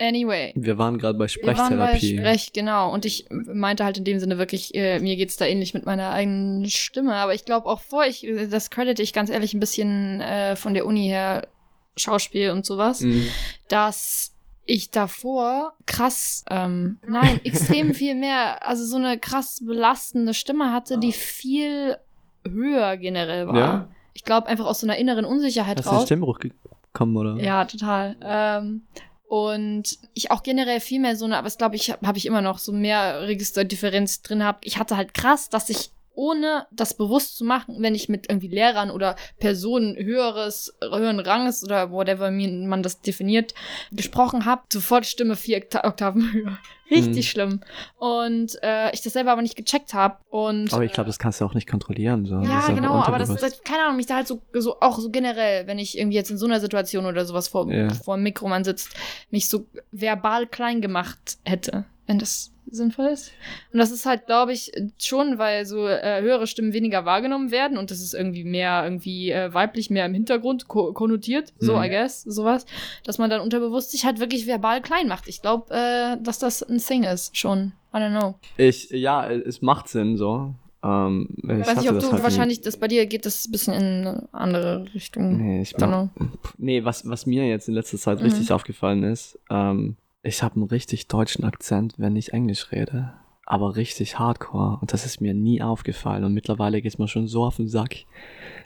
[SPEAKER 2] anyway.
[SPEAKER 1] wir waren gerade bei
[SPEAKER 2] Wir waren bei
[SPEAKER 1] Sprechtherapie.
[SPEAKER 2] Sprech, genau. Und ich meinte halt in dem Sinne wirklich, äh, mir geht's da ähnlich mit meiner eigenen Stimme. Aber ich glaube auch vor, ich, das credite ich ganz ehrlich ein bisschen äh, von der Uni her, Schauspiel und sowas,
[SPEAKER 1] Mhm.
[SPEAKER 2] dass ich davor krass, ähm, nein, extrem viel mehr, also so eine krass belastende Stimme hatte, die viel höher generell war.
[SPEAKER 1] Ja?
[SPEAKER 2] Ich glaube, einfach aus so einer inneren Unsicherheit
[SPEAKER 1] Hast du einen
[SPEAKER 2] halt raus.
[SPEAKER 1] Stimmbruch gekommen, oder?
[SPEAKER 2] Ja, total. Ähm, und ich auch generell viel mehr so eine, aber das glaube ich, habe hab ich immer noch so mehr Registerdifferenz drin habe. Ich hatte halt krass, dass ich ohne das bewusst zu machen, wenn ich mit irgendwie Lehrern oder Personen höheres, höheren Ranges oder whatever mir- man das definiert, gesprochen habe, sofort Stimme vier Okta- Oktaven höher. Richtig
[SPEAKER 1] Mhm.
[SPEAKER 2] schlimm. Und äh, ich das selber aber nicht gecheckt habe. Und
[SPEAKER 1] Aber ich glaube, das kannst du auch nicht kontrollieren. So. Das
[SPEAKER 2] ja,
[SPEAKER 1] ist auch
[SPEAKER 2] genau, aber das,
[SPEAKER 1] unterbewusst.
[SPEAKER 2] das, keine Ahnung, mich da halt so, so, auch so generell, wenn ich irgendwie jetzt in so einer Situation oder sowas vor,
[SPEAKER 1] Ja.
[SPEAKER 2] vor dem Mikro man sitzt, mich so verbal klein gemacht hätte, wenn das sinnvoll ist. Und das ist halt, glaube ich, schon, weil so äh, höhere Stimmen weniger wahrgenommen werden und das ist irgendwie mehr, irgendwie äh, weiblich mehr im Hintergrund ko konnotiert, so,
[SPEAKER 1] Mhm.
[SPEAKER 2] I guess, sowas, dass man dann unterbewusst sich halt wirklich verbal klein macht. Ich glaube, äh, dass das ein Thing ist, schon. I don't know.
[SPEAKER 1] Ich, ja, es macht Sinn so. Ähm, ich
[SPEAKER 2] Ich weiß nicht,
[SPEAKER 1] hatte
[SPEAKER 2] ob
[SPEAKER 1] das
[SPEAKER 2] du
[SPEAKER 1] halt nie.
[SPEAKER 2] wahrscheinlich, das bei dir geht das ein bisschen in eine andere Richtung.
[SPEAKER 1] Nee, ich glaub,
[SPEAKER 2] Genau.
[SPEAKER 1] nee was, was mir jetzt in letzter Zeit
[SPEAKER 2] Mhm.
[SPEAKER 1] richtig aufgefallen ist, ähm, ich habe einen richtig deutschen Akzent, wenn ich Englisch rede. Aber richtig hardcore. Und das ist mir nie aufgefallen. Und mittlerweile geht's mir schon so auf den Sack,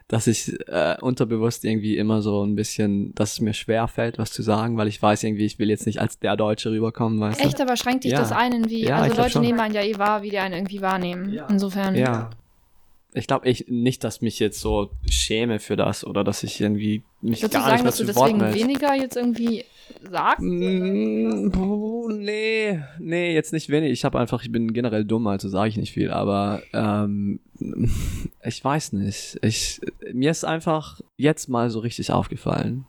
[SPEAKER 1] dass ich äh, unterbewusst irgendwie immer so ein bisschen, dass es mir schwer fällt, was zu sagen, weil ich weiß irgendwie, ich will jetzt nicht als der Deutsche rüberkommen, weißt
[SPEAKER 2] Echt, aber schränkt dich
[SPEAKER 1] Ja.
[SPEAKER 2] das einen, wie,
[SPEAKER 1] Ja, ich
[SPEAKER 2] also
[SPEAKER 1] glaub
[SPEAKER 2] Leute
[SPEAKER 1] schon.
[SPEAKER 2] nehmen einen ja eh wahr, wie die einen irgendwie wahrnehmen.
[SPEAKER 1] Ja.
[SPEAKER 2] Insofern.
[SPEAKER 1] du? Ja. Ich glaube ich nicht, dass mich jetzt so schäme für das oder dass ich irgendwie mich
[SPEAKER 2] Würdest du
[SPEAKER 1] gar
[SPEAKER 2] sagen,
[SPEAKER 1] nicht mehr
[SPEAKER 2] dass du
[SPEAKER 1] zu Wort
[SPEAKER 2] deswegen
[SPEAKER 1] melde.
[SPEAKER 2] weniger jetzt irgendwie sagst?
[SPEAKER 1] Mm, puh, nee, nee, jetzt nicht wenig. Ich habe einfach, ich bin generell dumm, also sage ich nicht viel, aber ähm, ich weiß nicht. Ich, mir ist einfach jetzt mal so richtig aufgefallen.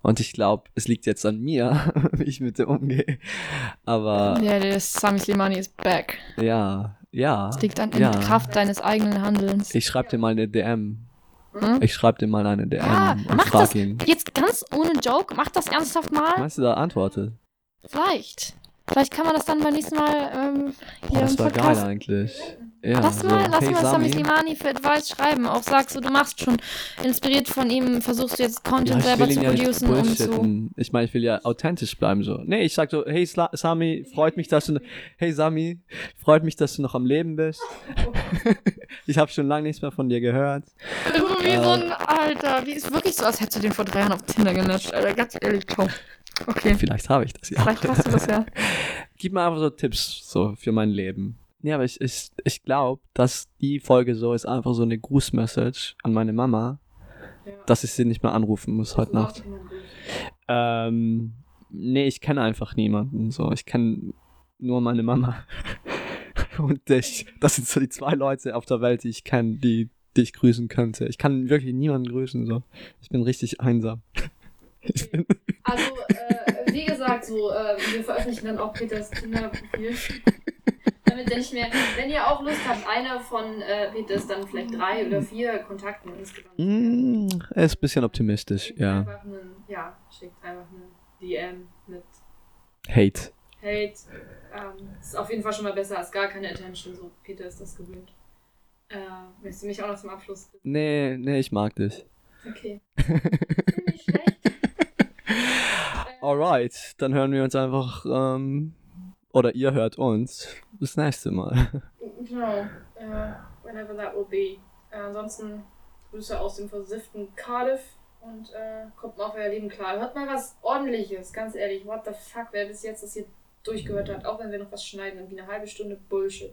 [SPEAKER 1] Und ich glaube, es liegt jetzt an mir, wie ich mit dir umgehe. Aber
[SPEAKER 2] Ja, der Sami Slimani ist back.
[SPEAKER 1] ja, ja.
[SPEAKER 2] Das liegt an in
[SPEAKER 1] ja.
[SPEAKER 2] Kraft deines eigenen Handelns.
[SPEAKER 1] Ich schreibe dir mal eine DM.
[SPEAKER 2] Hm?
[SPEAKER 1] Ich schreibe dir mal eine DM
[SPEAKER 2] Ah,
[SPEAKER 1] und
[SPEAKER 2] mach
[SPEAKER 1] frag
[SPEAKER 2] das
[SPEAKER 1] ihn.
[SPEAKER 2] jetzt ganz ohne Joke, mach das ernsthaft mal.
[SPEAKER 1] Meinst du, da antwortet?
[SPEAKER 2] Vielleicht. Vielleicht kann man das dann beim nächsten Mal ähm, hier
[SPEAKER 1] Boah, Oh, das
[SPEAKER 2] im
[SPEAKER 1] war geil
[SPEAKER 2] Podcast
[SPEAKER 1] eigentlich. Ja,
[SPEAKER 2] lass mal,
[SPEAKER 1] so,
[SPEAKER 2] lass
[SPEAKER 1] hey,
[SPEAKER 2] mal Sami
[SPEAKER 1] Sami.
[SPEAKER 2] Slimani für Advice schreiben. Auch sagst du, du machst schon inspiriert von ihm, versuchst du jetzt Content
[SPEAKER 1] ich
[SPEAKER 2] selber
[SPEAKER 1] will
[SPEAKER 2] zu
[SPEAKER 1] ihn ja nicht
[SPEAKER 2] producen, um zu.
[SPEAKER 1] bullshitten. Ich meine, ich will ja authentisch bleiben so. Nee, ich sag so, hey Sla Sami, freut mich, dass du Hey Sami, freut mich, dass du noch am Leben bist. ich habe schon lange nichts mehr von dir gehört.
[SPEAKER 2] Irgendwie
[SPEAKER 1] Ähm.
[SPEAKER 2] so ein Alter, die ist wirklich so, als hättest du den vor drei Jahren auf Tinder gelöscht. Alter, ganz ehrlich, komm. Okay,
[SPEAKER 1] Vielleicht habe ich das ja.
[SPEAKER 2] vielleicht hast du das ja.
[SPEAKER 1] Gib mir einfach so Tipps so für mein Leben. Nee, aber ich, ich, ich glaube, dass die Folge so ist einfach so eine Grußmessage an meine Mama, dass ich sie nicht mehr anrufen muss heute Nacht. Ähm, nee, ich kenne einfach niemanden. So, ich kenne nur meine Mama und dich. Das sind so die zwei Leute auf der Welt, die ich kenne, die, die ich grüßen könnte. Ich kann wirklich niemanden grüßen. So, ich bin richtig einsam. Ich bin,
[SPEAKER 2] Also, wie gesagt, so, äh, wir veröffentlichen dann auch Peters Tinder-Profil. Damit der nicht mehr, wenn ihr auch Lust habt, einer von äh, Peters dann vielleicht drei oder vier Kontakten insgesamt.
[SPEAKER 1] mm, er ist ein bisschen optimistisch. Ja,
[SPEAKER 4] Einfach einen, ja, schickt einfach eine DM mit
[SPEAKER 1] Hate.
[SPEAKER 4] Hate. Ähm, ist auf jeden Fall schon mal besser als gar keine Attention. So, Peter ist das gewöhnt. Äh, möchtest du mich auch noch zum Abschluss?
[SPEAKER 1] Nee, nee, ich mag dich.
[SPEAKER 4] Okay. Nicht schlecht.
[SPEAKER 1] Alright, dann hören wir uns einfach, ähm, oder ihr hört uns das nächste Mal.
[SPEAKER 4] Genau. Äh, whenever that will be. Äh, ansonsten Grüße aus dem versifften Cardiff und äh, kommt mal auf euer Leben klar. Hört mal was ordentliches, ganz ehrlich. What the fuck, wer bis jetzt das hier durchgehört hat, auch wenn wir noch was schneiden, irgendwie eine halbe Stunde Bullshit.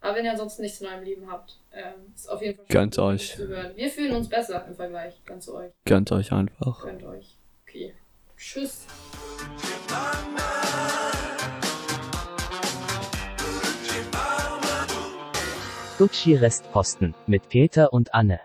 [SPEAKER 4] Aber wenn ihr ansonsten nichts in eurem Leben habt, ähm, ist auf jeden Fall
[SPEAKER 1] Gönnt
[SPEAKER 4] gut,
[SPEAKER 1] euch.
[SPEAKER 4] zu hören. Wir fühlen uns besser im Vergleich, ganz zu euch.
[SPEAKER 1] Gönnt euch einfach.
[SPEAKER 4] Gönnt euch. Okay. Tschüss.
[SPEAKER 3] Gucci Restposten mit Peter und Anne.